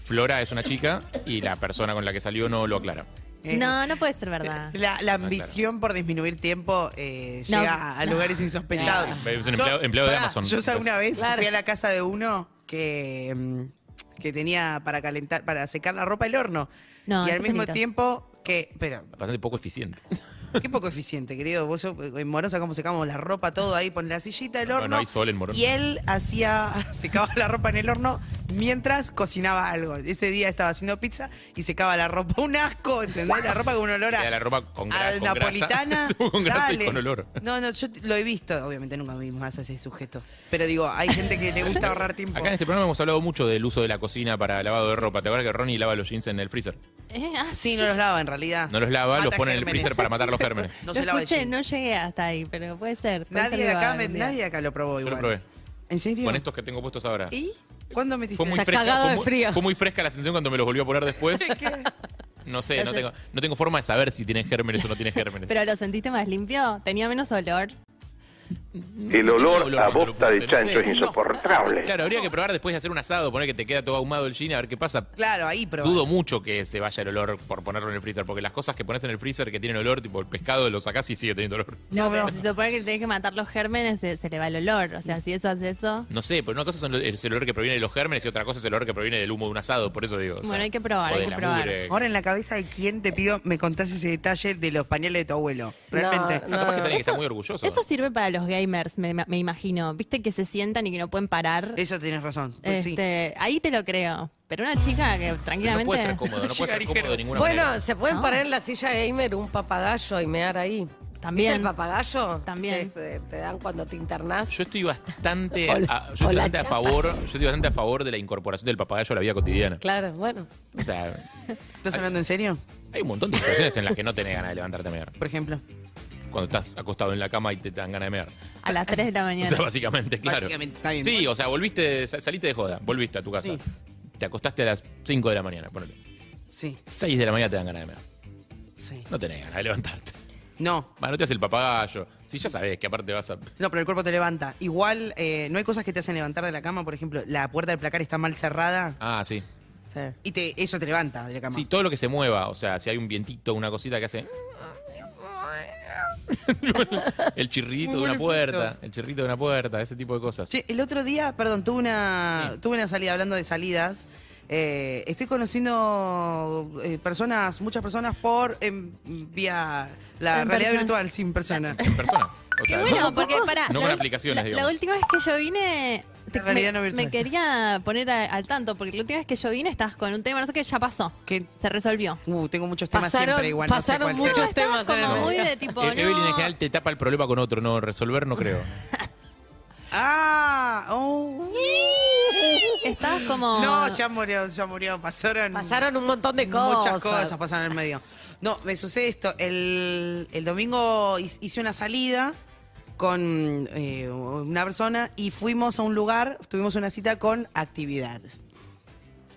[SPEAKER 6] Flora es una chica y la persona con la que salió no lo aclara.
[SPEAKER 7] Eh,
[SPEAKER 8] No, no puede ser verdad.
[SPEAKER 6] Ah,
[SPEAKER 7] La, la ambición por disminuir tiempo eh,
[SPEAKER 8] No,
[SPEAKER 7] llega a
[SPEAKER 8] no.
[SPEAKER 7] lugares insospechados.
[SPEAKER 6] Sí, Ah. es un
[SPEAKER 7] Yo-
[SPEAKER 6] empleado- empleado de
[SPEAKER 7] pará,
[SPEAKER 6] Amazon.
[SPEAKER 7] Yo ¿sabes? una vez
[SPEAKER 10] Claro.
[SPEAKER 7] fui a la casa de uno que, mm, que tenía para calentar, para secar la ropa el horno.
[SPEAKER 8] No,
[SPEAKER 7] y al
[SPEAKER 8] eso
[SPEAKER 7] mismo
[SPEAKER 8] peligroso.
[SPEAKER 7] tiempo que. Pero,
[SPEAKER 6] Bastante poco eficiente.
[SPEAKER 7] qué poco eficiente, querido. Vos yo, en Morosa, cómo secamos la ropa, todo ahí, pon la sillita, el
[SPEAKER 6] No,
[SPEAKER 7] horno.
[SPEAKER 6] no hay sol en Morón.
[SPEAKER 7] Y él hacía, secaba la ropa en el horno mientras cocinaba algo. Ese día estaba haciendo pizza y secaba la ropa. Un asco, ¿entendés? La ropa con un olor a.
[SPEAKER 6] Queda la ropa con gra-
[SPEAKER 7] a
[SPEAKER 6] con grasa.
[SPEAKER 7] napolitana.
[SPEAKER 6] Con grasa y
[SPEAKER 7] Dale.
[SPEAKER 6] con olor.
[SPEAKER 7] No, no, yo lo he visto. Obviamente nunca vi más a ese sujeto. Pero digo, hay gente que le gusta ahorrar tiempo.
[SPEAKER 6] Acá en este programa hemos hablado mucho del uso de la cocina para lavado de ropa. ¿Te acuerdas que Ronnie lava los jeans en el freezer?
[SPEAKER 8] Eh, ah,
[SPEAKER 7] Sí, no los lava en realidad.
[SPEAKER 6] No los lava,
[SPEAKER 7] Mata
[SPEAKER 6] los pone en el
[SPEAKER 7] gérmenes.
[SPEAKER 6] freezer para matar los gérmenes.
[SPEAKER 7] No
[SPEAKER 8] lo
[SPEAKER 7] se lava el
[SPEAKER 8] escuché,
[SPEAKER 7] jean.
[SPEAKER 8] no llegué hasta ahí, pero puede ser. puede
[SPEAKER 7] Nadie
[SPEAKER 8] ser
[SPEAKER 7] de
[SPEAKER 8] que lo
[SPEAKER 7] acá,
[SPEAKER 8] haga
[SPEAKER 7] me-
[SPEAKER 8] algún día.
[SPEAKER 7] nadie de acá lo probó
[SPEAKER 6] Yo
[SPEAKER 7] igual.
[SPEAKER 6] lo probé.
[SPEAKER 7] ¿En serio?
[SPEAKER 6] Con estos que tengo puestos ahora.
[SPEAKER 8] ¿Y?
[SPEAKER 7] ¿Cuándo metiste?
[SPEAKER 6] Fue muy
[SPEAKER 10] Estás
[SPEAKER 6] fresca.
[SPEAKER 10] cagado
[SPEAKER 6] Fue
[SPEAKER 10] de
[SPEAKER 6] muy,
[SPEAKER 10] frío.
[SPEAKER 6] fue muy fresca la sensación cuando me los volvió a poner después. No sé,
[SPEAKER 8] Lo
[SPEAKER 6] no
[SPEAKER 8] sé.
[SPEAKER 6] tengo, no tengo forma de saber si tienen gérmenes o no tienen gérmenes.
[SPEAKER 8] ¿Pero lo sentiste más limpio? ¿Tenía menos olor?
[SPEAKER 6] El olor a bosta de chancho es
[SPEAKER 11] insoportable.
[SPEAKER 6] Claro, habría que probar después de hacer un asado, poner que te queda todo ahumado el jean, a ver qué pasa.
[SPEAKER 7] Claro, ahí probé.
[SPEAKER 6] Dudo mucho que se vaya el olor por ponerlo en el freezer, porque las cosas que pones en el freezer que tienen olor, tipo el pescado, lo sacás y sigue teniendo olor.
[SPEAKER 8] No, pero si se supone que tenés que matar los gérmenes, se, se le va el olor. O sea, si eso hace eso.
[SPEAKER 6] No sé, pero una cosa son lo- es el olor que proviene de los gérmenes y otra cosa es el olor que proviene del humo de un asado, por eso digo. o sea,
[SPEAKER 8] Bueno, hay que probar,
[SPEAKER 6] o
[SPEAKER 8] hay
[SPEAKER 6] de
[SPEAKER 8] que
[SPEAKER 6] la
[SPEAKER 8] probar.
[SPEAKER 6] mugre.
[SPEAKER 7] Ahora en la cabeza de quién te pido me contás ese detalle de los pañales de tu abuelo. Realmente.
[SPEAKER 10] No,
[SPEAKER 6] Capaz que es alguien que está
[SPEAKER 8] Eso-
[SPEAKER 6] muy orgulloso.
[SPEAKER 8] Eso sirve para los gamers, me, me imagino. Viste que se sientan y que no pueden parar.
[SPEAKER 7] Eso tienes razón. Eh, Pues sí.
[SPEAKER 8] Este, Ahí te lo creo. Pero una chica que
[SPEAKER 6] Pero
[SPEAKER 8] tranquilamente.
[SPEAKER 6] no puede ser cómodo, no puede ser
[SPEAKER 7] Llegar
[SPEAKER 6] cómodo de
[SPEAKER 7] ligero.
[SPEAKER 6] ninguna manera.
[SPEAKER 10] Bueno, se pueden poner en la silla gamer un papagayo y mear ahí.
[SPEAKER 8] También.
[SPEAKER 10] ¿Viste el papagayo?
[SPEAKER 8] También.
[SPEAKER 10] Que te, te dan cuando te internás.
[SPEAKER 6] Yo estoy bastante,
[SPEAKER 10] O la-
[SPEAKER 6] a, yo estoy
[SPEAKER 10] o la
[SPEAKER 6] bastante a
[SPEAKER 10] chapa.
[SPEAKER 6] favor, yo estoy bastante a favor de la incorporación del papagayo a la vida cotidiana.
[SPEAKER 10] Claro, bueno.
[SPEAKER 6] O sea,
[SPEAKER 7] ¿Estás hablando en serio?
[SPEAKER 6] hay un montón de situaciones en las que no tenés ganas de levantarte a mear.
[SPEAKER 7] Por ejemplo.
[SPEAKER 6] Cuando estás acostado en la cama y te dan ganas de mear.
[SPEAKER 8] A las 3 de la
[SPEAKER 6] O
[SPEAKER 8] mañana.
[SPEAKER 6] sea, básicamente, claro.
[SPEAKER 7] Básicamente, está bien.
[SPEAKER 6] Sí, o sea, volviste, sal- saliste de joda, volviste a tu casa.
[SPEAKER 7] Sí.
[SPEAKER 6] Te acostaste a las 5 de la mañana, ponele.
[SPEAKER 7] Sí,
[SPEAKER 6] 6 de la mañana te dan ganas de mear.
[SPEAKER 7] sí.
[SPEAKER 6] No tenés ganas de levantarte.
[SPEAKER 7] No,
[SPEAKER 6] Va, no te hace el papagayo. Si ya sabés que aparte vas a.
[SPEAKER 7] No, pero el cuerpo te levanta. Igual, eh, no hay cosas que te hacen levantar de la cama, por ejemplo, la puerta del placar está mal cerrada
[SPEAKER 6] Ah, sí.
[SPEAKER 10] Sí.
[SPEAKER 7] y te, eso te levanta de la cama.
[SPEAKER 6] Sí, todo lo que se mueva, o sea, si hay un vientito, una cosita que hace. el chirridito de una puerta, el chirrito de una puerta, ese tipo de cosas.
[SPEAKER 7] Che, el otro día, perdón, tuve una, tuve una salida, hablando de salidas. eh, estoy conociendo eh, personas, muchas personas por em, vía la
[SPEAKER 8] En
[SPEAKER 7] realidad
[SPEAKER 8] persona.
[SPEAKER 7] virtual sin persona.
[SPEAKER 6] En persona. O
[SPEAKER 8] Qué
[SPEAKER 6] sea,
[SPEAKER 8] bueno, porque para.
[SPEAKER 6] No con aplicaciones,
[SPEAKER 8] la,
[SPEAKER 6] digamos.
[SPEAKER 8] la última vez que yo vine. te-
[SPEAKER 7] La realidad
[SPEAKER 8] me,
[SPEAKER 7] no virtual.
[SPEAKER 8] me quería poner a- al tanto, porque la última vez que yo vine estabas con un tema, no sé qué, ya pasó.
[SPEAKER 7] ¿Qué?
[SPEAKER 8] Se resolvió.
[SPEAKER 7] Uh, tengo muchos temas
[SPEAKER 10] Pasaron-
[SPEAKER 7] siempre igual.
[SPEAKER 10] pasaron
[SPEAKER 7] no sé cuál
[SPEAKER 10] muchos
[SPEAKER 7] será.
[SPEAKER 8] No, estabas
[SPEAKER 10] temas en
[SPEAKER 8] como
[SPEAKER 10] el
[SPEAKER 8] muy
[SPEAKER 10] medio.
[SPEAKER 8] de tipo.
[SPEAKER 6] E- Evelyn en
[SPEAKER 8] no,
[SPEAKER 6] general te tapa el problema con otro, no resolver no creo.
[SPEAKER 7] Ah, oh.
[SPEAKER 8] Estabas como.
[SPEAKER 7] No, ya murió, ya murió. Pasaron.
[SPEAKER 10] Pasaron un montón de cosas.
[SPEAKER 7] Muchas cosas pasaron en el medio. No, me sucede esto. El, el domingo hi- hice una salida con eh, una persona y fuimos a un lugar, tuvimos una cita con actividades.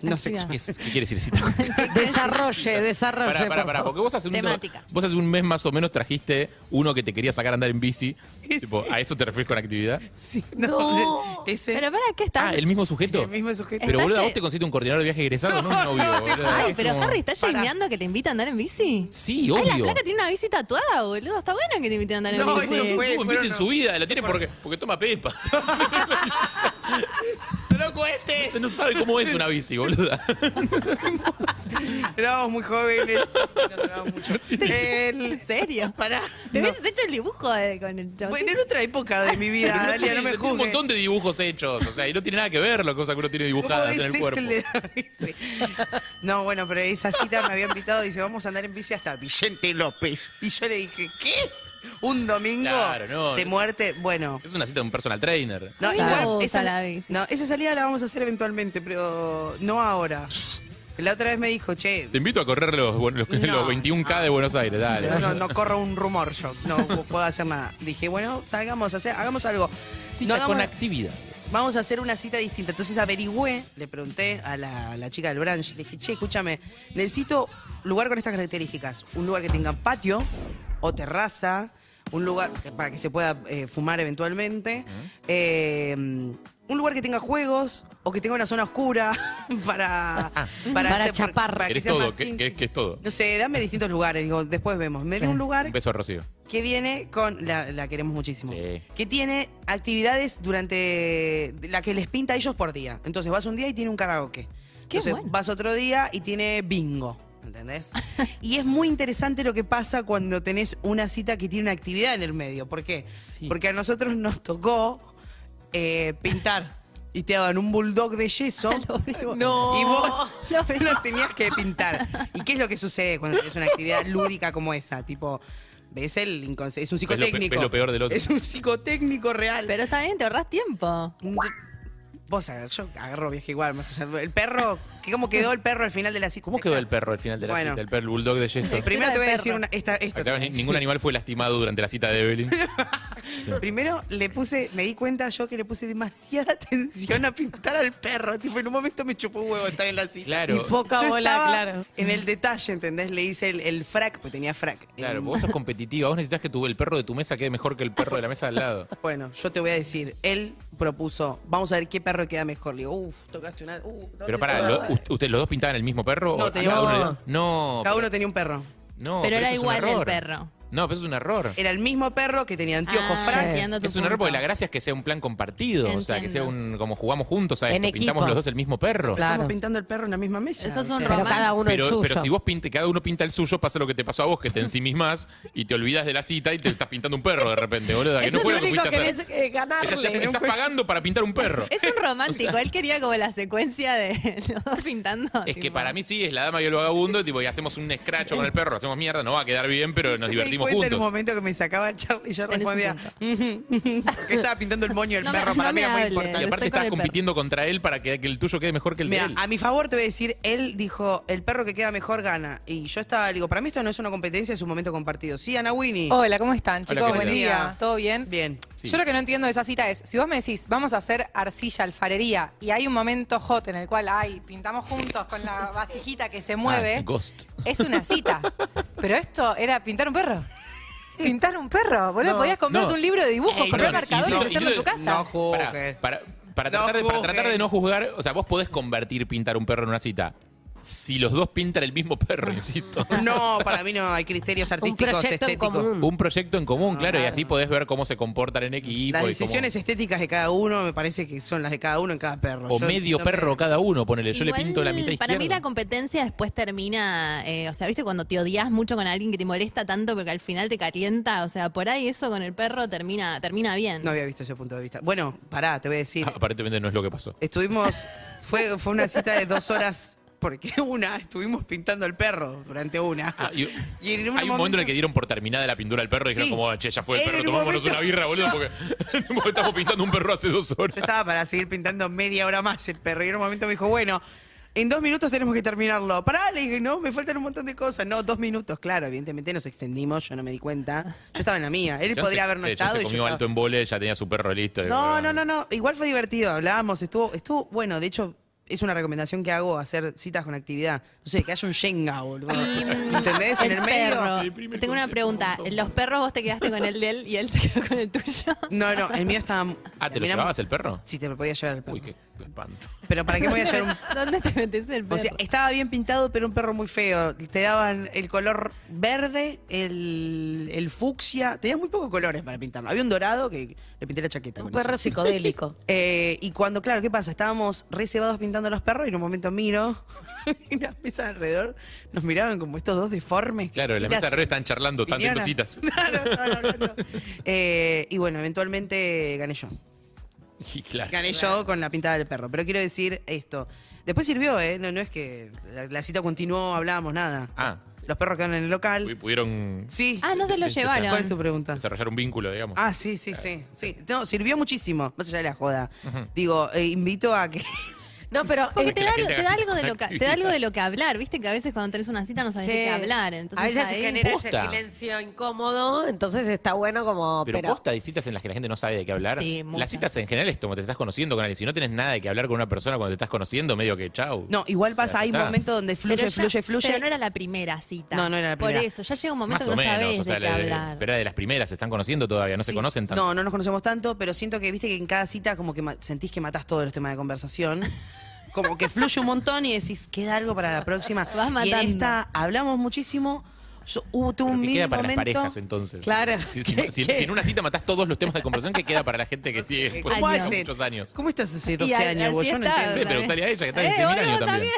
[SPEAKER 7] No sé
[SPEAKER 8] Actividad.
[SPEAKER 6] ¿Qué, es- qué quiere decir cita?
[SPEAKER 10] Desarrolle, desarrolle.
[SPEAKER 6] Pará, pará,
[SPEAKER 10] por
[SPEAKER 6] pará,
[SPEAKER 10] favor.
[SPEAKER 6] porque vos hace, un,
[SPEAKER 8] Temática.
[SPEAKER 6] vos hace un mes más o menos trajiste uno que te quería sacar a andar en bici. Tipo, ¿A eso te refieres con actividad?
[SPEAKER 7] Sí,
[SPEAKER 10] No.
[SPEAKER 7] Ese,
[SPEAKER 8] Pero para, ¿qué estás?
[SPEAKER 6] Ah, ¿el mismo sujeto?
[SPEAKER 7] el mismo sujeto.
[SPEAKER 6] Pero
[SPEAKER 8] Está
[SPEAKER 6] boludo,
[SPEAKER 8] lle-
[SPEAKER 6] vos te conseguiste un coordinador de viaje egresado, no, un novio. boludo.
[SPEAKER 8] Ay,
[SPEAKER 6] Es
[SPEAKER 8] pero
[SPEAKER 6] como-
[SPEAKER 8] Harry, ¿estás llameando que te invita a andar en bici?
[SPEAKER 6] Sí,
[SPEAKER 8] Ay, la
[SPEAKER 6] obvio.
[SPEAKER 8] placa tiene una bici tatuada, boludo. Está bueno que te inviten a andar en
[SPEAKER 7] No,
[SPEAKER 8] bici.
[SPEAKER 7] eso
[SPEAKER 6] Estuvo
[SPEAKER 7] fue-
[SPEAKER 6] en bici en
[SPEAKER 7] fueron-
[SPEAKER 6] su vida, lo tiene porque, porque toma pepa.
[SPEAKER 7] ¡Loco este!
[SPEAKER 6] No sabe cómo es una bici, boluda.
[SPEAKER 7] Éramos muy jóvenes. nos llevábamos mucho. El-
[SPEAKER 8] ¿En serio?
[SPEAKER 7] Pará.
[SPEAKER 8] Te
[SPEAKER 7] no.
[SPEAKER 8] hubieses hecho el dibujo de- con el chabón.
[SPEAKER 7] Bueno, en otra época de mi vida, Dalia, no me
[SPEAKER 6] Tiene un
[SPEAKER 7] juzgues.
[SPEAKER 6] montón de dibujos hechos, o sea, y no tiene nada que ver la cosa que uno tiene dibujadas en el
[SPEAKER 7] ¿Cómo
[SPEAKER 6] cuerpo.
[SPEAKER 7] decís el de- Sí. No, bueno, pero esa cita me había invitado, dice, vamos a andar en bici hasta Vicente López. Y yo le dije, ¿qué? ¿Un domingo
[SPEAKER 6] Claro, no.
[SPEAKER 7] de muerte? Bueno.
[SPEAKER 6] Es una cita de un personal trainer.
[SPEAKER 7] No,
[SPEAKER 8] Me
[SPEAKER 7] igual,
[SPEAKER 8] gusta
[SPEAKER 7] esa,
[SPEAKER 8] la bici.
[SPEAKER 7] no, esa salida la vamos a hacer eventualmente, pero no ahora. La otra vez me dijo, che,
[SPEAKER 6] Te invito a correr los, bueno, los,
[SPEAKER 7] No.
[SPEAKER 6] los 21K de Buenos Aires, dale.
[SPEAKER 7] no, no, no corro un rumor yo, no puedo hacer nada. Dije, bueno, salgamos, o sea, hagamos algo.
[SPEAKER 6] Cita
[SPEAKER 7] No hagamos-
[SPEAKER 6] con actividad.
[SPEAKER 7] vamos a hacer una cita distinta. Entonces averigüé, le pregunté a la, a la chica del branch, le dije, che, escúchame, necesito lugar con estas características. Un lugar que tenga patio o terraza, un lugar que- para que se pueda eh, fumar eventualmente. Eh, un lugar que tenga juegos o que tenga una zona oscura para este,
[SPEAKER 10] Para chapar.
[SPEAKER 7] para que
[SPEAKER 6] ¿Querés
[SPEAKER 7] sea
[SPEAKER 6] todo?
[SPEAKER 7] más
[SPEAKER 6] ¿Qué,
[SPEAKER 7] sin-
[SPEAKER 6] qué- qué es todo?
[SPEAKER 7] no sé, dame distintos lugares, digo, después vemos. Me dio un lugar
[SPEAKER 6] Un beso a Rocío.
[SPEAKER 7] que viene con. La, la queremos muchísimo.
[SPEAKER 6] Sí.
[SPEAKER 7] Que tiene actividades durante. La que les pinta a ellos por día. Entonces vas un día y tiene un karaoke.
[SPEAKER 8] Qué
[SPEAKER 7] Entonces
[SPEAKER 8] bueno.
[SPEAKER 7] vas otro día y tiene bingo. ¿Entendés? y es muy interesante lo que pasa cuando tenés una cita que tiene una actividad en el medio. ¿Por qué? Porque a nosotros nos tocó eh, pintar. Y te daban un bulldog de yeso.
[SPEAKER 10] No.
[SPEAKER 7] Y vos
[SPEAKER 8] Lo
[SPEAKER 7] no lo tenías que pintar. ¿Y qué es lo que sucede cuando tenés una actividad lúdica como esa? Tipo, ves el inconsciente. Es un
[SPEAKER 6] lo pe-
[SPEAKER 7] psicotécnico.
[SPEAKER 6] ves lo peor del otro.
[SPEAKER 7] Es un psicotécnico real.
[SPEAKER 8] Pero está bien, te ahorras tiempo.
[SPEAKER 7] Vos, ag- yo agarro viaje igual, más allá. El perro, que ¿cómo quedó el perro al final de la cita?
[SPEAKER 6] ¿Cómo quedó el perro al final de la
[SPEAKER 7] Bueno.
[SPEAKER 6] cita? El perro, el bulldog de yeso.
[SPEAKER 7] Primero te voy a
[SPEAKER 8] Perro.
[SPEAKER 7] decir una, esta, esto
[SPEAKER 6] Acá ni-
[SPEAKER 7] también.
[SPEAKER 6] ningún animal fue lastimado durante la cita de Evelyn.
[SPEAKER 7] Primero le puse, me di cuenta yo que le puse demasiada atención a pintar al perro. Tipo, en un momento me chupó un huevo estar en la cita.
[SPEAKER 6] Claro.
[SPEAKER 10] Y poca
[SPEAKER 7] Yo
[SPEAKER 10] bola,
[SPEAKER 7] estaba
[SPEAKER 10] claro.
[SPEAKER 7] En el detalle, ¿entendés? Le hice el, el frac, porque tenía frac.
[SPEAKER 6] Claro,
[SPEAKER 7] En-
[SPEAKER 6] vos sos competitiva. Vos necesitas que tu, el perro de tu mesa quede mejor que el perro de la mesa al lado.
[SPEAKER 7] Bueno, yo te voy a decir, él propuso, vamos a ver qué perro queda mejor. Le digo, uff, tocaste una. Uh, ¿dónde
[SPEAKER 6] Pero pará,
[SPEAKER 7] toca?
[SPEAKER 6] lo- ust- ¿ustedes los dos pintaban el mismo perro?
[SPEAKER 7] No,
[SPEAKER 6] ¿O a
[SPEAKER 7] teníamos
[SPEAKER 6] cada
[SPEAKER 10] uno.
[SPEAKER 6] uno le- No,
[SPEAKER 7] Cada uno tenía un perro.
[SPEAKER 6] no,
[SPEAKER 8] Pero era
[SPEAKER 6] eso es un
[SPEAKER 8] igual el
[SPEAKER 6] error.
[SPEAKER 8] perro.
[SPEAKER 6] No, pero eso es un error.
[SPEAKER 7] Era el mismo perro que tenía anteojos
[SPEAKER 8] Ah,
[SPEAKER 7] frac.
[SPEAKER 8] entiendo tu
[SPEAKER 6] Es un error
[SPEAKER 8] punto.
[SPEAKER 6] porque la gracia es que sea un plan compartido. O sea, que sea
[SPEAKER 8] Entiendo.
[SPEAKER 6] un. Como jugamos juntos a
[SPEAKER 10] En
[SPEAKER 6] esto, pintamos
[SPEAKER 10] equipo.
[SPEAKER 6] los dos el mismo perro.
[SPEAKER 10] Claro.
[SPEAKER 7] Estamos pintando el perro en la misma mesa.
[SPEAKER 8] Eso es un
[SPEAKER 10] Pero
[SPEAKER 8] romance.
[SPEAKER 10] cada uno el
[SPEAKER 6] Pero,
[SPEAKER 10] suyo.
[SPEAKER 6] pero si vos pinte, cada uno pinta el suyo, pasa lo que te pasó a vos, que te ensimismás y te olvidas de la cita y te estás pintando un perro de repente, boludo. Que
[SPEAKER 10] Eso
[SPEAKER 6] no
[SPEAKER 10] es
[SPEAKER 6] fue
[SPEAKER 10] lo
[SPEAKER 6] lo que
[SPEAKER 10] único
[SPEAKER 6] fuiste
[SPEAKER 10] que
[SPEAKER 6] a hacer.
[SPEAKER 10] querés eh,
[SPEAKER 6] Estás,
[SPEAKER 10] ganarle.
[SPEAKER 6] estás pagando para pintar un perro.
[SPEAKER 8] Es un romántico. Él quería como la secuencia de los dos pintando.
[SPEAKER 6] Es que
[SPEAKER 8] tipo.
[SPEAKER 6] para mí sí, es la dama y el vagabundo, tipo, y hacemos un escracho con el perro, hacemos mierda, no va a quedar bien, pero nos
[SPEAKER 7] Yo me di
[SPEAKER 6] divertimos
[SPEAKER 7] cuenta en un
[SPEAKER 6] juntos.
[SPEAKER 7] momento que me sacaba el Charlie y yo
[SPEAKER 8] Tenés un
[SPEAKER 7] respondía, porque estaba pintando el moño del
[SPEAKER 8] No me-
[SPEAKER 7] perro, para
[SPEAKER 8] no
[SPEAKER 7] mí
[SPEAKER 8] me
[SPEAKER 7] era muy
[SPEAKER 8] hables.
[SPEAKER 6] Y
[SPEAKER 7] importante.
[SPEAKER 8] Estoy
[SPEAKER 6] aparte
[SPEAKER 8] con
[SPEAKER 6] estás
[SPEAKER 8] el perro.
[SPEAKER 6] compitiendo contra él para que, que el tuyo quede mejor que el de
[SPEAKER 7] Mira,
[SPEAKER 6] él.
[SPEAKER 7] a mi favor te voy a decir, él dijo, el perro que queda mejor gana. Y yo estaba, le digo, para mí esto no es una competencia, es un momento compartido. Sí, Ana Winnie.
[SPEAKER 11] Hola, ¿cómo están,
[SPEAKER 6] Hola,
[SPEAKER 11] chicos?
[SPEAKER 6] ¿qué
[SPEAKER 11] Buen
[SPEAKER 6] tal?
[SPEAKER 11] día. ¿Todo Oh, bien?
[SPEAKER 7] Bien.
[SPEAKER 6] Sí.
[SPEAKER 11] Yo lo que no entiendo de esa cita es, si vos me decís, vamos a hacer arcilla, alfarería, y hay un momento hot en el cual, ay, pintamos juntos con la vasijita que se mueve,
[SPEAKER 6] Ah, Ghost.
[SPEAKER 11] es una cita. Pero esto era pintar un perro. Pintar un perro, boludo.
[SPEAKER 7] No.
[SPEAKER 11] Podías comprarte
[SPEAKER 6] No.
[SPEAKER 11] un libro de dibujos,
[SPEAKER 7] Ey,
[SPEAKER 11] comprar
[SPEAKER 6] perdón,
[SPEAKER 11] marcadores
[SPEAKER 6] hiciste-
[SPEAKER 11] y hacerlo en tu
[SPEAKER 6] hiciste-
[SPEAKER 11] casa.
[SPEAKER 7] No
[SPEAKER 6] Para,
[SPEAKER 7] juzgues.
[SPEAKER 6] para- para
[SPEAKER 7] No
[SPEAKER 6] tratar de, para tratar
[SPEAKER 7] juzgues.
[SPEAKER 6] de no juzgar, o sea, vos podés convertir pintar un perro en una cita. Si los dos pintan el mismo perro, insisto.
[SPEAKER 7] No, para mí no hay criterios
[SPEAKER 10] Un
[SPEAKER 7] artísticos,
[SPEAKER 10] proyecto en
[SPEAKER 7] estéticos.
[SPEAKER 10] común.
[SPEAKER 6] Un proyecto en común, claro, y así podés ver cómo se comportan en equipo.
[SPEAKER 7] Las
[SPEAKER 6] y
[SPEAKER 7] decisiones estéticas de cada uno me parece que son las de cada uno en cada perro.
[SPEAKER 6] cómo- o
[SPEAKER 7] Yo
[SPEAKER 6] medio
[SPEAKER 7] no me-
[SPEAKER 6] perro cada uno, ponele. Eh, Yo
[SPEAKER 8] Igual,
[SPEAKER 6] le pinto la mitad izquierda.
[SPEAKER 8] Para mí la competencia después termina, eh, o sea, viste cuando te odias mucho con alguien que te molesta tanto porque al final te calienta, o sea, por ahí eso con el perro termina termina bien.
[SPEAKER 7] No había visto ese punto de vista. Bueno, pará, te voy a decir.
[SPEAKER 6] Ah, Aparentemente no es lo que pasó.
[SPEAKER 7] Estuvimos, fue, fue una cita de dos horas, porque una, estuvimos pintando al perro durante una.
[SPEAKER 6] Ah, y-
[SPEAKER 7] Y en
[SPEAKER 6] hay un
[SPEAKER 7] un
[SPEAKER 6] momento, en el que dieron por terminada la pintura al perro y
[SPEAKER 7] Sí.
[SPEAKER 6] dijeron como, che, ya fue el
[SPEAKER 7] En
[SPEAKER 6] perro,
[SPEAKER 7] un
[SPEAKER 6] tomémonos
[SPEAKER 7] momento
[SPEAKER 6] una birra, boludo,
[SPEAKER 7] yo-
[SPEAKER 6] porque, porque estamos pintando un perro hace dos horas.
[SPEAKER 7] Yo estaba para seguir pintando media hora más el perro. Y en un momento me dijo, bueno, en dos minutos tenemos que terminarlo. Pará, le dije, no, me faltan un montón de cosas. No, dos minutos, claro. Evidentemente nos extendimos, yo no me di cuenta. Yo estaba en la mía. Él
[SPEAKER 6] Ya
[SPEAKER 7] podría
[SPEAKER 6] se-
[SPEAKER 7] haber no
[SPEAKER 6] sí, Eh, ya
[SPEAKER 7] estado.
[SPEAKER 6] se
[SPEAKER 7] y yo
[SPEAKER 6] comió
[SPEAKER 7] estaba-
[SPEAKER 6] alto en vole, ya tenía su perro listo.
[SPEAKER 7] No, no, no, no. Igual fue divertido. Hablábamos, estuvo, estuvo bueno. De hecho, es una recomendación que hago hacer citas con actividad. No sé, que haya un Shenga, boludo.
[SPEAKER 8] Y, mm,
[SPEAKER 7] ¿Entendés? En el medio.
[SPEAKER 8] perro. Tengo una pregunta. ¿Los perros vos te quedaste con el de él y él se quedó con el tuyo?
[SPEAKER 7] No, no, el mío estaba.
[SPEAKER 6] Ah, ¿te lo
[SPEAKER 7] Mirá,
[SPEAKER 6] llevabas el perro?
[SPEAKER 7] Sí, te lo podía llevar el perro.
[SPEAKER 6] Uy, qué espanto.
[SPEAKER 7] Pero ¿para qué me voy a llevar un
[SPEAKER 8] ¿Dónde te metes el perro?
[SPEAKER 7] O sea, estaba bien pintado, pero un perro muy feo. Te daban el color verde, el, el fucsia. Tenías muy pocos colores para pintarlo. Había un dorado que le pinté la chaqueta.
[SPEAKER 10] Un
[SPEAKER 7] con eso.
[SPEAKER 10] perro psicodélico.
[SPEAKER 7] Eh, y cuando, claro, ¿qué pasa? Estábamos reservados pintando a los perros y en un momento miro. y las mesas alrededor nos miraban como estos dos deformes.
[SPEAKER 6] Claro, en la
[SPEAKER 7] Las-
[SPEAKER 6] mesa de redes están charlando, están
[SPEAKER 7] vinieron
[SPEAKER 6] teniendo
[SPEAKER 7] a-
[SPEAKER 6] citas.
[SPEAKER 7] Claro, estaban hablando. Eh, y bueno, eventualmente gané yo.
[SPEAKER 6] Y claro.
[SPEAKER 7] Gané yo con la pintada del perro. Pero quiero decir esto. Después sirvió, ¿eh? No, no es que la, la cita continuó, hablábamos nada.
[SPEAKER 6] Ah.
[SPEAKER 7] Los perros quedaron en el
[SPEAKER 6] Uy,
[SPEAKER 7] local.
[SPEAKER 6] Pudieron
[SPEAKER 7] Sí.
[SPEAKER 8] ah, no se lo llevaron.
[SPEAKER 7] ¿Cuál es tu pregunta?
[SPEAKER 6] desarrollar un vínculo, digamos.
[SPEAKER 7] Ah, sí, sí, sí, sí. No, sirvió muchísimo, más allá de la joda. Digo, eh, invito a que
[SPEAKER 10] No, pero
[SPEAKER 8] Porque
[SPEAKER 10] eh,
[SPEAKER 8] te
[SPEAKER 6] la
[SPEAKER 8] da,
[SPEAKER 6] gente
[SPEAKER 8] te
[SPEAKER 6] haga
[SPEAKER 8] da
[SPEAKER 6] cierta
[SPEAKER 8] algo de lo que, te da
[SPEAKER 6] actividad.
[SPEAKER 8] algo de lo que hablar, viste que a veces cuando tenés una cita no sabés de qué
[SPEAKER 10] Sí.
[SPEAKER 8] hablar. Entonces
[SPEAKER 10] a veces se
[SPEAKER 8] ahí-
[SPEAKER 10] genera ese
[SPEAKER 6] Posta.
[SPEAKER 10] silencio incómodo, entonces está bueno como...
[SPEAKER 6] Pero,
[SPEAKER 10] pero-
[SPEAKER 6] posta de citas en las que la gente no sabe de qué hablar.
[SPEAKER 8] Sí, muchas.
[SPEAKER 6] las citas en general es como te estás conociendo con alguien. Si no tenés nada de qué hablar con una persona cuando te estás conociendo, medio que chau.
[SPEAKER 2] No, igual
[SPEAKER 6] O sea,
[SPEAKER 2] pasa,
[SPEAKER 6] ya
[SPEAKER 2] hay
[SPEAKER 6] está.
[SPEAKER 2] momentos donde fluye,
[SPEAKER 8] pero ya-
[SPEAKER 2] fluye, fluye.
[SPEAKER 8] Pero no era la primera cita.
[SPEAKER 2] No, no era la primera.
[SPEAKER 8] Por eso, ya llega un
[SPEAKER 6] Más
[SPEAKER 8] momento que
[SPEAKER 6] o
[SPEAKER 8] no
[SPEAKER 6] menos.
[SPEAKER 8] sabés
[SPEAKER 6] O sea,
[SPEAKER 8] de qué
[SPEAKER 6] la-
[SPEAKER 8] hablar.
[SPEAKER 6] pero era de las primeras, se están conociendo todavía, no se
[SPEAKER 7] Sí.
[SPEAKER 6] conocen tanto.
[SPEAKER 7] No, no nos conocemos tanto, pero siento que viste que en cada cita como que ma- sentís que matás todos los temas de conversación. Como que fluye un montón y decís, queda algo para la próxima.
[SPEAKER 8] Vas
[SPEAKER 7] y
[SPEAKER 8] matando.
[SPEAKER 7] en esta hablamos muchísimo. Yo, hubo tuve un
[SPEAKER 6] ¿Qué
[SPEAKER 7] mini
[SPEAKER 6] queda para las
[SPEAKER 7] momento.
[SPEAKER 6] parejas entonces?
[SPEAKER 10] Claro.
[SPEAKER 6] Si, si-
[SPEAKER 10] ¿Qué-
[SPEAKER 6] si-
[SPEAKER 10] qué?
[SPEAKER 6] si en una cita matás todos los temas de conversación, ¿qué queda para la gente que sigue después
[SPEAKER 7] ¿Cómo
[SPEAKER 6] de
[SPEAKER 8] Años.
[SPEAKER 7] hacen?
[SPEAKER 6] muchos años?
[SPEAKER 7] ¿Cómo estás hace
[SPEAKER 8] Y
[SPEAKER 7] 12
[SPEAKER 8] al-
[SPEAKER 7] años?
[SPEAKER 8] así
[SPEAKER 7] vos? Yo no
[SPEAKER 8] está.
[SPEAKER 6] Sí,
[SPEAKER 7] entiendo.
[SPEAKER 8] también.
[SPEAKER 6] preguntale a ella que está
[SPEAKER 8] Eh,
[SPEAKER 6] hace mil años
[SPEAKER 8] boludo,
[SPEAKER 6] también.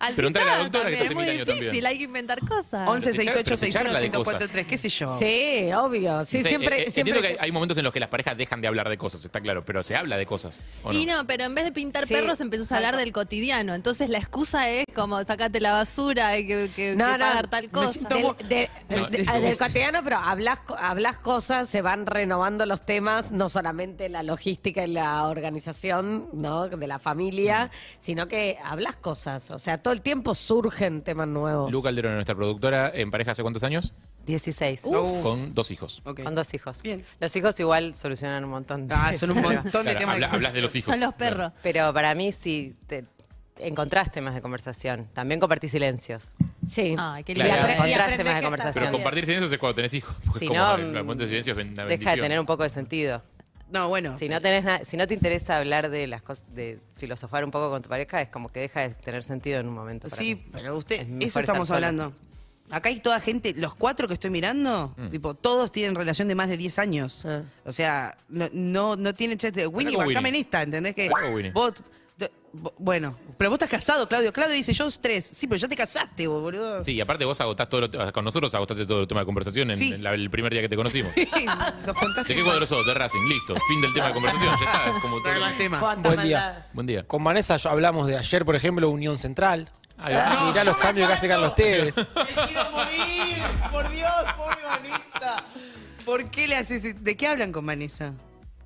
[SPEAKER 8] Así
[SPEAKER 6] Preguntale a la
[SPEAKER 8] está,
[SPEAKER 6] doctora que está
[SPEAKER 8] también,
[SPEAKER 6] hace
[SPEAKER 8] es muy
[SPEAKER 6] mil años
[SPEAKER 8] difícil,
[SPEAKER 6] también.
[SPEAKER 8] hay que inventar cosas.
[SPEAKER 7] 11 68
[SPEAKER 6] Pero se charla de
[SPEAKER 7] 61
[SPEAKER 6] cosas.
[SPEAKER 7] 1043, qué sé yo.
[SPEAKER 10] Sí, obvio. Sí,
[SPEAKER 6] Sí,
[SPEAKER 10] siempre...
[SPEAKER 6] eh, eh,
[SPEAKER 10] siempre
[SPEAKER 6] Entiendo que hay, hay momentos en los que las parejas dejan de hablar de cosas, está claro, pero se habla de cosas. ¿o
[SPEAKER 8] Y no, pero en vez de pintar
[SPEAKER 10] Sí,
[SPEAKER 8] perros empezás a
[SPEAKER 10] tal
[SPEAKER 8] hablar
[SPEAKER 10] cual.
[SPEAKER 8] del cotidiano. Entonces la excusa es como sacate la basura, hay que, que-
[SPEAKER 10] No,
[SPEAKER 8] que
[SPEAKER 10] no,
[SPEAKER 8] pagar tal
[SPEAKER 10] me
[SPEAKER 8] cosa.
[SPEAKER 7] siento
[SPEAKER 10] Del,
[SPEAKER 7] Tomo-
[SPEAKER 10] de-
[SPEAKER 6] No,
[SPEAKER 10] de-
[SPEAKER 6] sí,
[SPEAKER 10] del
[SPEAKER 6] vos-
[SPEAKER 10] cotidiano, pero hablas, co- hablas cosas, se van renovando los temas, no solamente la logística y la organización ¿no? de la familia, sino que hablas cosas. O sea, todo el tiempo surgen temas nuevos.
[SPEAKER 6] Luca Alderón, nuestra productora, en pareja hace cuántos años?
[SPEAKER 12] 16.
[SPEAKER 6] Con dos hijos.
[SPEAKER 7] Ok.
[SPEAKER 12] Con dos hijos.
[SPEAKER 7] Bien.
[SPEAKER 12] Los hijos igual solucionan un montón de
[SPEAKER 7] Ah, son un montón de
[SPEAKER 6] Claro,
[SPEAKER 7] temas.
[SPEAKER 6] habla-
[SPEAKER 7] de
[SPEAKER 6] hablas de los hijos.
[SPEAKER 8] Son los perros.
[SPEAKER 12] Pero para mí sí te, te encontrás temas de conversación. También compartí silencios.
[SPEAKER 10] Sí.
[SPEAKER 8] Ay, qué
[SPEAKER 6] Claro.
[SPEAKER 8] lindo.
[SPEAKER 6] Y
[SPEAKER 8] Y
[SPEAKER 12] encontrás
[SPEAKER 8] aprendés
[SPEAKER 12] temas de
[SPEAKER 8] que-
[SPEAKER 12] conversación.
[SPEAKER 6] Pero compartir silencios es cuando tenés hijos. porque
[SPEAKER 12] Si
[SPEAKER 6] es como
[SPEAKER 12] no,
[SPEAKER 6] el- el momento de silencio es ben- una
[SPEAKER 12] deja de
[SPEAKER 6] bendición.
[SPEAKER 12] tener un poco de sentido.
[SPEAKER 7] No, bueno.
[SPEAKER 12] Si no tenés na- si no te interesa hablar de las cosas, de filosofar un poco con tu pareja, es como que deja de tener sentido en un momento. para
[SPEAKER 7] Sí,
[SPEAKER 12] mí.
[SPEAKER 7] pero usted,
[SPEAKER 12] Es mejor
[SPEAKER 7] eso
[SPEAKER 12] estar
[SPEAKER 7] estamos
[SPEAKER 12] solo.
[SPEAKER 7] hablando. Acá hay toda gente, los cuatro que estoy mirando,
[SPEAKER 6] Mm.
[SPEAKER 7] tipo, todos tienen relación de más de 10 años.
[SPEAKER 10] Ah.
[SPEAKER 7] O sea, no, no, no tienen chiste. Winnie,
[SPEAKER 6] con Winnie.
[SPEAKER 7] bancame en esta, ¿entendés? Que
[SPEAKER 6] Acá con Winnie.
[SPEAKER 7] vos, te- vo- bueno, pero vos estás casado, Claudio. Claudio dice, yo tres. Sí, pero ya te casaste, vos, boludo.
[SPEAKER 6] Sí, y aparte vos agotás todo lo- con nosotros agotaste todo el tema de conversación en,
[SPEAKER 7] Sí.
[SPEAKER 6] en la- el primer día que te conocimos.
[SPEAKER 7] Nos contaste
[SPEAKER 6] ¿De qué cuadro sos? De Racing, listo. Fin del tema de conversación, ya está. es como todo.
[SPEAKER 7] el tema.
[SPEAKER 10] ¿Cuánta
[SPEAKER 4] Buen día.
[SPEAKER 10] maldad?
[SPEAKER 6] Buen día.
[SPEAKER 4] Con Vanessa yo- hablamos de ayer, por ejemplo, Unión Central.
[SPEAKER 6] Ahí va.
[SPEAKER 4] Y Ah, mirá los cambios que hace
[SPEAKER 7] Ah,
[SPEAKER 4] Carlos Tevez.
[SPEAKER 7] Me quiero morir. Por Dios, pobre Vanessa. ¿Por qué le haces? e- ¿De qué hablan con Vanessa?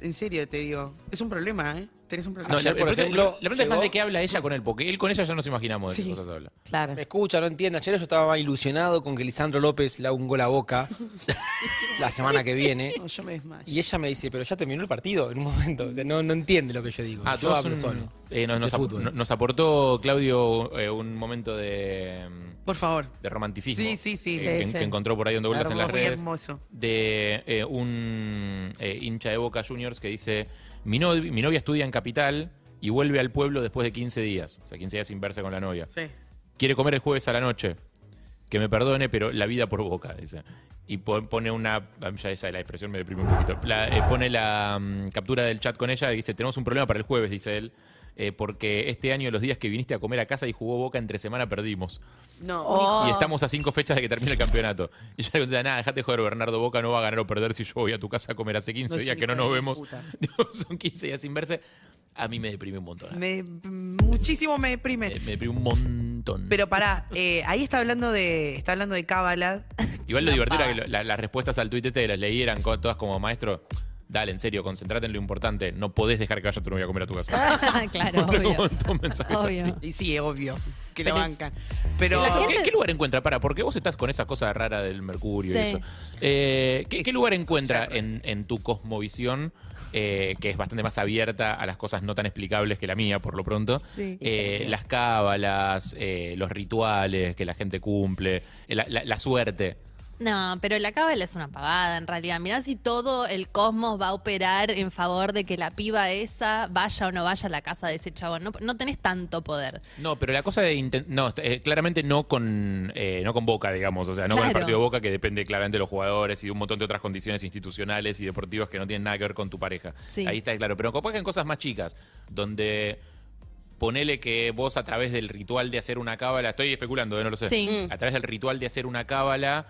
[SPEAKER 7] En serio, te digo. Es un problema, ¿eh? Tenés un problema.
[SPEAKER 6] No,
[SPEAKER 4] Ayer,
[SPEAKER 6] la,
[SPEAKER 4] por
[SPEAKER 6] la pregunta-
[SPEAKER 4] ejemplo,
[SPEAKER 6] la pregunta es
[SPEAKER 4] llegó-
[SPEAKER 6] más de qué habla ella con él, porque él con ella ya nos imaginamos de
[SPEAKER 7] Sí.
[SPEAKER 6] qué cosas habla.
[SPEAKER 10] Claro.
[SPEAKER 4] Me escucha, no entiende. Ayer yo estaba ilusionado con que Lisandro López le haga un gol a boca la semana que viene.
[SPEAKER 7] No, yo me desmayo.
[SPEAKER 4] Y ella me dice, pero ya terminó el partido en un momento. O sea, no, no entiende lo que yo digo.
[SPEAKER 6] Ah, tú
[SPEAKER 4] yo
[SPEAKER 6] vas
[SPEAKER 4] hablo
[SPEAKER 6] un-
[SPEAKER 4] solo.
[SPEAKER 6] eh, nos,
[SPEAKER 4] de
[SPEAKER 6] nos ap-
[SPEAKER 4] fútbol.
[SPEAKER 6] no- nos aportó Claudio eh, un momento de, mm,
[SPEAKER 7] Por favor.
[SPEAKER 6] de romanticismo.
[SPEAKER 7] Sí, sí, sí.
[SPEAKER 6] eh,
[SPEAKER 10] Sí,
[SPEAKER 6] que,
[SPEAKER 10] sí.
[SPEAKER 6] que encontró por ahí dando vueltas en las
[SPEAKER 7] Hermoso. Muy
[SPEAKER 6] redes.
[SPEAKER 7] hermoso.
[SPEAKER 6] De eh, un eh, hincha de Boca Juniors que dice: mi, no- mi novia estudia en Capital y vuelve al pueblo después de 15 días. O sea, 15 días sin verse con la novia.
[SPEAKER 7] Sí.
[SPEAKER 6] Quiere comer el jueves a la noche. Que me perdone, pero la vida por boca, dice. Y po- pone una. a mí Ya esa la expresión me deprime un poquito. La- eh, pone la mm, captura del chat con ella y dice: Tenemos un problema para el jueves, dice él. eh, porque este año, los días que viniste a comer a casa y jugó boca entre semana, perdimos.
[SPEAKER 7] No,
[SPEAKER 10] Oh.
[SPEAKER 6] Y estamos a cinco fechas de que termine el campeonato. Y ella le contesta: Nada, dejate joder, Bernardo Boca no va a ganar o perder si yo voy a tu casa a comer hace 15
[SPEAKER 7] No es
[SPEAKER 6] días
[SPEAKER 7] un
[SPEAKER 6] que no
[SPEAKER 7] hijo
[SPEAKER 6] nos
[SPEAKER 7] de
[SPEAKER 6] vemos.
[SPEAKER 7] puta.
[SPEAKER 6] Digo, Son 15 días sin verse. A mí me deprime un montón.
[SPEAKER 7] me, muchísimo me deprime.
[SPEAKER 6] Eh, me deprime un montón.
[SPEAKER 7] Pero pará, eh, ahí está hablando de está hablando de cábala.
[SPEAKER 6] Igual lo divertido era que lo- la- las respuestas al tuit este que las leí eran co- todas como maestro. Dale, en serio, concentrate en lo importante. No podés dejar que vaya tu novia a comer a tu casa.
[SPEAKER 8] claro,
[SPEAKER 6] Como
[SPEAKER 8] obvio.
[SPEAKER 6] todos mensajes
[SPEAKER 8] Obvio.
[SPEAKER 6] así.
[SPEAKER 7] Y sí, es obvio que
[SPEAKER 8] Pero-
[SPEAKER 7] la bancan. Pero
[SPEAKER 8] La
[SPEAKER 6] Eso, ¿qué,
[SPEAKER 8] gente-
[SPEAKER 6] qué lugar encuentra? Para, porque vos estás con esa cosa rara del mercurio y
[SPEAKER 8] Sí.
[SPEAKER 6] eso. Eh, ¿qué, qué lugar encuentra en, en tu cosmovisión, eh, que es bastante más abierta a las cosas no tan explicables que la mía, por lo pronto?
[SPEAKER 8] Sí.
[SPEAKER 6] Eh, las cábalas, eh, los rituales que la gente cumple, eh, la, la- la suerte.
[SPEAKER 8] No, pero la cábala es una pavada en realidad. Mirá si todo el cosmos va a operar en favor de que la piba esa vaya o no vaya a la casa de ese chabón. No, no tenés tanto poder.
[SPEAKER 6] No, pero la cosa de inten- no, está- eh, claramente no con eh, no con Boca, digamos, o sea, no con el
[SPEAKER 8] Claro.
[SPEAKER 6] partido de Boca que depende claramente de los jugadores y de un montón de otras condiciones institucionales y deportivas que no tienen nada que ver con tu pareja.
[SPEAKER 8] Sí.
[SPEAKER 6] Ahí está claro, pero capaz que en cosas más chicas donde ponele que vos a través del ritual de hacer una cábala, estoy especulando, eh, no lo sé.
[SPEAKER 8] Sí. Mm.
[SPEAKER 6] A través del ritual de hacer una cábala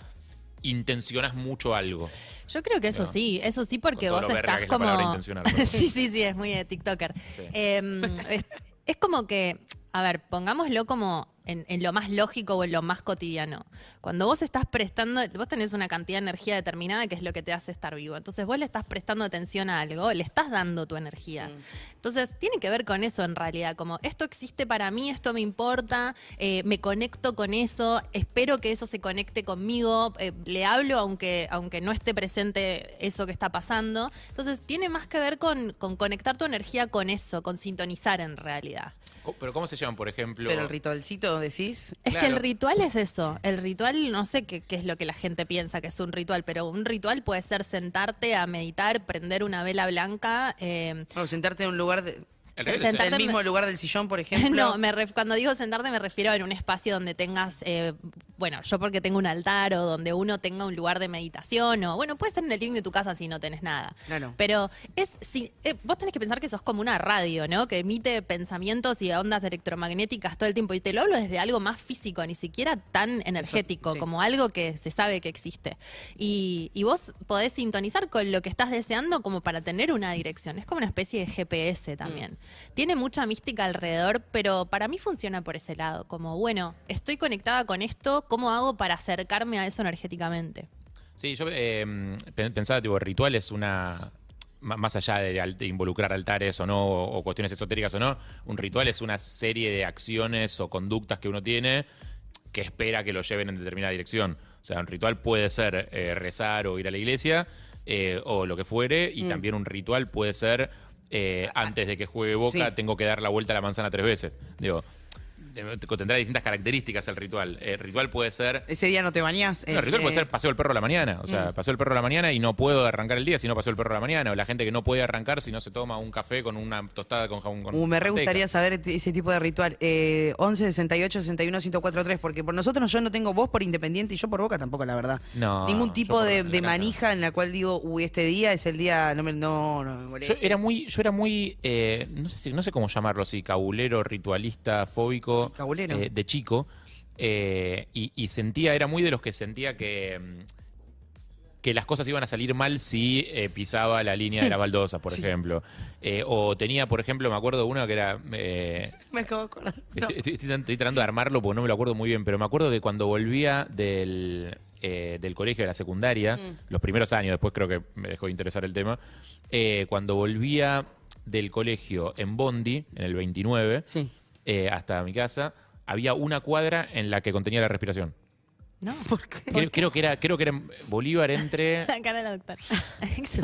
[SPEAKER 6] intencionas mucho algo.
[SPEAKER 8] Yo creo que eso
[SPEAKER 6] No.
[SPEAKER 8] sí, eso sí porque
[SPEAKER 6] Con todo
[SPEAKER 8] vos
[SPEAKER 6] lo verga
[SPEAKER 8] estás
[SPEAKER 6] que es la
[SPEAKER 8] como...
[SPEAKER 6] palabra intencional, ¿no?
[SPEAKER 8] sí, sí, sí, es muy de TikToker.
[SPEAKER 6] Sí.
[SPEAKER 8] Eh, es, es como que, a ver, pongámoslo como en, en lo más lógico o en lo más cotidiano. Cuando vos estás prestando, vos tenés una cantidad de energía determinada que es lo que te hace estar vivo. Entonces vos le estás prestando atención a algo, le estás dando tu energía. Entonces tiene que ver con eso en realidad, como esto existe para mí, esto me importa, eh, me conecto con eso, espero que eso se conecte conmigo, eh, le hablo aunque, aunque no esté presente eso que está pasando. Entonces tiene más que ver con, con conectar tu energía con eso, con sintonizar en realidad.
[SPEAKER 6] Co- Pero ¿cómo se llaman, por ejemplo?
[SPEAKER 7] Pero el ritualcito, decís.
[SPEAKER 8] Es que el ritual es eso. El ritual, no sé qué, qué es lo que la gente piensa que es un ritual, pero un ritual puede ser sentarte a meditar, prender una vela blanca. eh,
[SPEAKER 7] Bueno, sentarte en un lugar de-
[SPEAKER 8] El
[SPEAKER 7] en
[SPEAKER 8] sentarte
[SPEAKER 7] el
[SPEAKER 8] en-
[SPEAKER 7] mismo lugar del sillón, por ejemplo.
[SPEAKER 8] no, me ref- cuando digo sentarte me refiero a en un espacio donde tengas, eh, bueno, yo porque tengo un altar o donde uno tenga un lugar de meditación o, bueno, puede ser en el living de tu casa si no tenés nada.
[SPEAKER 7] Claro.
[SPEAKER 8] Pero es si, eh, vos tenés que pensar que sos como una radio, ¿no? Que emite pensamientos y ondas electromagnéticas todo el tiempo. Y te lo hablo desde algo más físico, ni siquiera tan energético,
[SPEAKER 13] sí.
[SPEAKER 8] como algo que se sabe que existe. Y, y vos podés sintonizar con lo que estás deseando como para tener una dirección. Es como una especie de GPS también. Tiene mucha mística alrededor, pero para mí funciona por ese lado. Como, bueno, estoy conectada con esto, ¿cómo hago para acercarme a eso energéticamente?
[SPEAKER 6] Sí, yo eh, pe- pensaba, tipo, rituales, una. ma- Más allá de, al- de involucrar altares o no, o, o cuestiones esotéricas o no, un ritual es una serie de acciones o conductas que uno tiene que espera que lo lleven en determinada dirección. O sea, un ritual puede ser eh, rezar o ir a la iglesia eh, o lo que fuere, y
[SPEAKER 7] Mm. Ah,
[SPEAKER 6] también un ritual puede ser eh, antes de que juegue Boca,
[SPEAKER 7] Sí.
[SPEAKER 6] tengo que dar la vuelta a la manzana tres veces. Digo, de- tendrá distintas características el ritual. El ritual puede ser
[SPEAKER 7] Ese día no te bañás.
[SPEAKER 6] no, el ritual puede
[SPEAKER 7] eh,
[SPEAKER 6] ser paseo el perro a la mañana. O sea,
[SPEAKER 7] Mm.
[SPEAKER 6] paseo el perro a la mañana y no puedo arrancar el día si no paseo el perro a la mañana. O la gente que no puede arrancar si no se toma un café con una tostada con jabón. Con
[SPEAKER 7] Uh, me re
[SPEAKER 6] manteca.
[SPEAKER 7] gustaría saber t- ese tipo de ritual. Eh, 11 68 61 1043, porque por nosotros yo no tengo voz por independiente y yo por boca tampoco, la verdad.
[SPEAKER 6] No,
[SPEAKER 7] Ningún
[SPEAKER 6] yo
[SPEAKER 7] tipo
[SPEAKER 6] por
[SPEAKER 7] de,
[SPEAKER 6] la
[SPEAKER 7] de
[SPEAKER 6] calle.
[SPEAKER 7] manija en la cual digo, uy, este día es el día. No me, no, no me
[SPEAKER 6] Yo eh,
[SPEAKER 7] molesta.
[SPEAKER 6] era muy, yo era muy eh, no, sé si- no sé cómo llamarlo, si cabulero, ritualista, fóbico,
[SPEAKER 7] Sí, cabulero.
[SPEAKER 6] eh, de chico. eh, y, y sentía, era muy de los que sentía que, mm, que las cosas iban a salir mal si eh, pisaba la línea de la baldosa, por
[SPEAKER 7] Sí.
[SPEAKER 6] ejemplo. Eh, o tenía, por ejemplo, me acuerdo de uno que era... eh,
[SPEAKER 7] Me acabo de acordar. No.
[SPEAKER 6] Estoy, estoy- estoy tran- estoy tratando de armarlo porque no me lo acuerdo muy bien, pero me acuerdo que cuando volvía del, eh, del colegio, de la secundaria, los primeros años, después creo que me dejó de interesar el tema, eh, cuando volvía del colegio en Bondi, en el 29, eh, hasta mi casa, había una cuadra en la que contenía la respiración.
[SPEAKER 8] No.
[SPEAKER 6] Creo, creo que era, creo que era en Bolívar entre...
[SPEAKER 8] La cara de la doctora.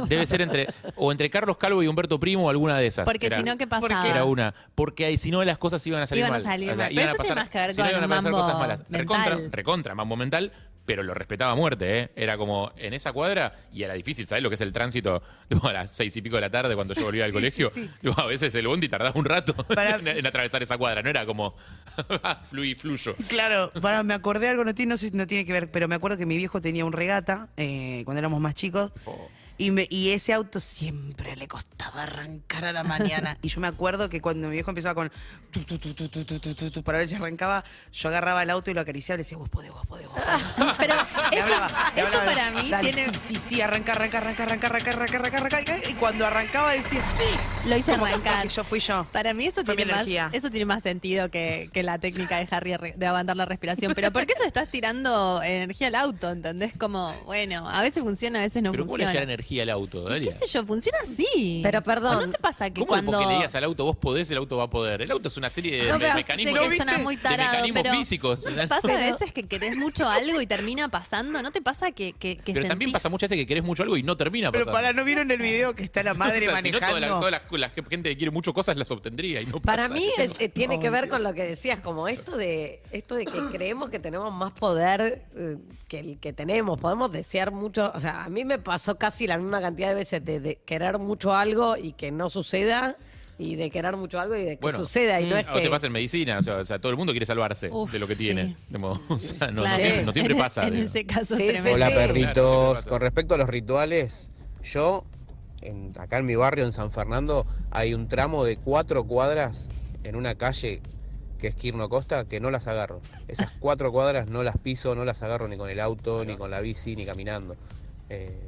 [SPEAKER 6] Debe ser entre o entre Carlos Calvo y Humberto Primo o alguna de esas.
[SPEAKER 8] Porque
[SPEAKER 6] Era-
[SPEAKER 8] si no, ¿qué pasaba?
[SPEAKER 6] Era una. Porque ahí, si no, las cosas iban a salir
[SPEAKER 8] Iban a
[SPEAKER 6] mal.
[SPEAKER 8] salir mal.
[SPEAKER 6] iban
[SPEAKER 8] Pero eso
[SPEAKER 6] a
[SPEAKER 8] tiene
[SPEAKER 6] pasar,
[SPEAKER 8] más que ver
[SPEAKER 6] si no,
[SPEAKER 8] con
[SPEAKER 6] iban a
[SPEAKER 8] un
[SPEAKER 6] pasar cosas
[SPEAKER 8] mambo
[SPEAKER 6] malas.
[SPEAKER 8] mental.
[SPEAKER 6] Recontra, recontra, mambo mental, pero lo respetaba a muerte, ¿eh? Era como en esa cuadra y era difícil, ¿sabes lo que es el tránsito tipo, a las seis y pico de la tarde cuando yo volvía al colegio? Tipo, a veces el bondi tardaba un rato en, en atravesar esa cuadra, no era como fluí, fluyo.
[SPEAKER 7] Claro, para, me acordé algo, no tiene, no, sé si- no tiene que ver, pero me acuerdo que mi viejo tenía un regata eh, cuando éramos más chicos.
[SPEAKER 6] Oh.
[SPEAKER 7] Y, me- y ese auto siempre le costaba arrancar a la mañana. Y yo me acuerdo que cuando mi viejo empezaba con tu, tu, tu, tu, tu, tu, tu, tu, tu, para ver si arrancaba, yo agarraba el auto y lo acariciaba y le decía, vos podés, vos podés, vos podés".
[SPEAKER 8] Pero
[SPEAKER 7] Le
[SPEAKER 8] eso-
[SPEAKER 7] hablaba, le
[SPEAKER 8] eso
[SPEAKER 7] hablaba,
[SPEAKER 8] para mí
[SPEAKER 7] dale,
[SPEAKER 8] tiene-
[SPEAKER 7] Sí, sí, sí, arranca, arranca, arranca, arranca, arranca, arranca, arranca, arranca. Y cuando arrancaba decía, sí.
[SPEAKER 8] Lo hice
[SPEAKER 7] Como que
[SPEAKER 8] arrancar.
[SPEAKER 7] Yo fui yo.
[SPEAKER 8] Para mí eso
[SPEAKER 7] Fue mi
[SPEAKER 8] tiene, más,
[SPEAKER 7] energía.
[SPEAKER 8] eso tiene más sentido que, que la técnica de Harry arre- de aguantar la respiración. Pero ¿por qué eso estás tirando energía al auto? ¿Entendés? Como, bueno, a veces funciona, a veces no
[SPEAKER 6] pero ¿cómo le
[SPEAKER 8] funciona.
[SPEAKER 6] hacía energía al auto, Dalia?
[SPEAKER 8] ¿Qué sé yo? Funciona así.
[SPEAKER 10] Pero, perdón.
[SPEAKER 8] ¿O ¿No te pasa que
[SPEAKER 6] ¿Cómo
[SPEAKER 8] cuando...
[SPEAKER 6] porque le digas al auto vos podés, el auto va a poder? El auto es una serie de,
[SPEAKER 8] No,
[SPEAKER 6] de
[SPEAKER 8] pero sé
[SPEAKER 6] mecanismos,
[SPEAKER 8] que suena muy
[SPEAKER 6] de
[SPEAKER 8] tarado,
[SPEAKER 6] mecanismos
[SPEAKER 8] pero
[SPEAKER 6] físicos.
[SPEAKER 8] ¿No te pasa a veces que querés mucho algo y termina pasando? ¿No te pasa que, que, que
[SPEAKER 6] Pero también
[SPEAKER 8] sentís-
[SPEAKER 6] pasa muchas veces que querés mucho algo y no termina
[SPEAKER 7] Pero
[SPEAKER 6] pasando.
[SPEAKER 7] para, ¿no vieron el video que está la madre
[SPEAKER 6] O sea, si no,
[SPEAKER 7] manejando?
[SPEAKER 6] toda la, toda la- la gente que quiere mucho cosas las obtendría y no
[SPEAKER 10] Para
[SPEAKER 6] pasa
[SPEAKER 10] mí
[SPEAKER 6] eso.
[SPEAKER 10] eh, eh, tiene
[SPEAKER 6] Oh,
[SPEAKER 10] que ver con lo que decías, como esto de esto de que creemos que tenemos más poder eh, que el que tenemos. Podemos desear mucho. O sea, a mí me pasó casi la misma cantidad de veces de, de querer mucho algo y que no suceda, y de querer mucho algo y de que suceda. Y no es
[SPEAKER 6] o te
[SPEAKER 10] que.
[SPEAKER 6] pasa en medicina, o sea, o sea, todo el mundo quiere salvarse
[SPEAKER 10] Uf,
[SPEAKER 6] de lo que tiene. Como, o sea, no, no
[SPEAKER 10] Claro.
[SPEAKER 6] siempre, no siempre
[SPEAKER 10] En- e-
[SPEAKER 6] pasa.
[SPEAKER 10] en
[SPEAKER 6] digo.
[SPEAKER 10] ese caso Sí, es sí,
[SPEAKER 14] Hola
[SPEAKER 10] sí.
[SPEAKER 6] Claro,
[SPEAKER 14] perritos, con respecto a los rituales, yo en- acá en mi barrio en San Fernando hay un tramo de cuatro cuadras en una calle que es Quirno Costa que no las agarro. Esas cuatro cuadras no las piso, no las agarro ni con el auto, ni con la bici, ni caminando. Eh,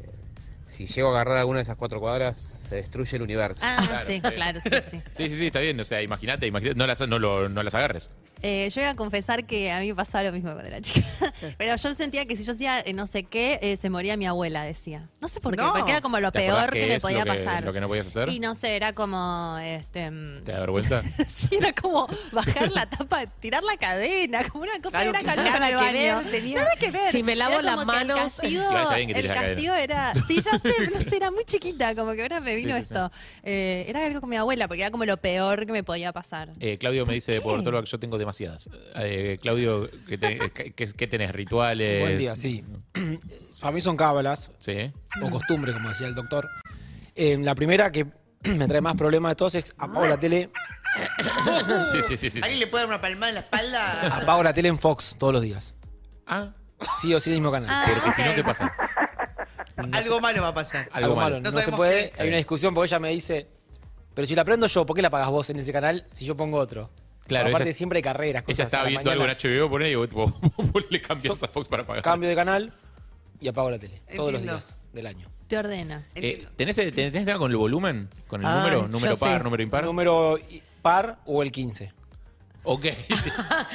[SPEAKER 14] si llego a agarrar alguna de esas cuatro cuadras, se destruye el universo.
[SPEAKER 8] Ah, sí, claro, sí, sí.
[SPEAKER 6] Sí, sí, sí, está bien. O sea, imagínate, imagínate, no las, no, lo- no las agarres.
[SPEAKER 8] Eh, yo iba a confesar que a mí me pasaba lo mismo cuando era chica. Pero yo sentía que si yo hacía eh, no sé qué, eh, se moría mi abuela, decía. No sé por qué,
[SPEAKER 6] No.
[SPEAKER 8] porque era como lo
[SPEAKER 6] ¿Te acordás
[SPEAKER 8] peor
[SPEAKER 6] qué
[SPEAKER 8] que me
[SPEAKER 6] es lo
[SPEAKER 8] podía
[SPEAKER 6] que-
[SPEAKER 8] pasar.
[SPEAKER 6] lo que no podías hacer?
[SPEAKER 8] Y no sé, era como, este, mm,
[SPEAKER 6] ¿Te da vergüenza?
[SPEAKER 8] sí, era como bajar la tapa, tirar la cadena, como una cosa,
[SPEAKER 10] Claro,
[SPEAKER 8] era calor
[SPEAKER 10] nada
[SPEAKER 8] en el
[SPEAKER 10] que
[SPEAKER 8] baño.
[SPEAKER 10] ver, tenía-
[SPEAKER 8] Nada que ver.
[SPEAKER 10] Si me lavo
[SPEAKER 8] Era
[SPEAKER 10] las
[SPEAKER 8] como que el
[SPEAKER 10] manos-
[SPEAKER 8] castigo-
[SPEAKER 6] Igual está bien que tires
[SPEAKER 8] El
[SPEAKER 6] la cadena.
[SPEAKER 8] castigo era, sí, ya sé, pero no sé, era muy chiquita, como que ahora me
[SPEAKER 6] Sí,
[SPEAKER 8] vino
[SPEAKER 6] sí, sí.
[SPEAKER 8] esto. Eh, era algo con mi abuela, porque era como lo peor que me podía pasar.
[SPEAKER 6] Eh, Claudio me dice de Portoloac, yo tengo demasiadas. Eh, Claudio, ¿qué, te- qué- qué- qué tenés? ¿Rituales?
[SPEAKER 4] Buen día, sí. Para mí son cábalas
[SPEAKER 6] Sí.
[SPEAKER 4] o costumbres, como decía el doctor. Eh, la primera que me trae más problemas de todos es apago la tele.
[SPEAKER 6] Sí, sí, sí, sí.
[SPEAKER 7] ¿Alguien le puede dar una palmada en la espalda?
[SPEAKER 4] Apago la tele en Fox todos los días.
[SPEAKER 6] Ah.
[SPEAKER 4] Sí o sí, mismo canal.
[SPEAKER 7] Ah, Porque si no, ok. ¿qué
[SPEAKER 6] pasa?
[SPEAKER 7] Algo malo va a pasar.
[SPEAKER 4] Algo, malo. No, se
[SPEAKER 7] sabemos
[SPEAKER 4] puede.
[SPEAKER 7] qué.
[SPEAKER 4] Hay una discusión porque ella me dice, pero si la prendo yo, ¿por qué la pagas vos en ese canal si yo pongo otro?
[SPEAKER 6] Claro,
[SPEAKER 4] Aparte
[SPEAKER 6] ella-
[SPEAKER 4] siempre hay carreras.
[SPEAKER 6] Ella
[SPEAKER 4] cosas a
[SPEAKER 6] estaba
[SPEAKER 4] la
[SPEAKER 6] viendo algo en
[SPEAKER 4] mañana.
[SPEAKER 6] HBO, por ahí, y vos, vos- vos le cambias a Fox para pagar.
[SPEAKER 4] Cambio de canal y apago la tele. Todos los
[SPEAKER 6] Entiendo.
[SPEAKER 4] días del año.
[SPEAKER 8] Te ordena.
[SPEAKER 6] Eh, ¿tenés, ¿Tenés tenés algo con el volumen? ¿Con el
[SPEAKER 4] Ah,
[SPEAKER 6] número?
[SPEAKER 4] yo
[SPEAKER 6] ¿Número par,
[SPEAKER 4] sé.
[SPEAKER 6] número impar?
[SPEAKER 4] Número i- par o el 15.
[SPEAKER 6] Ok. sí.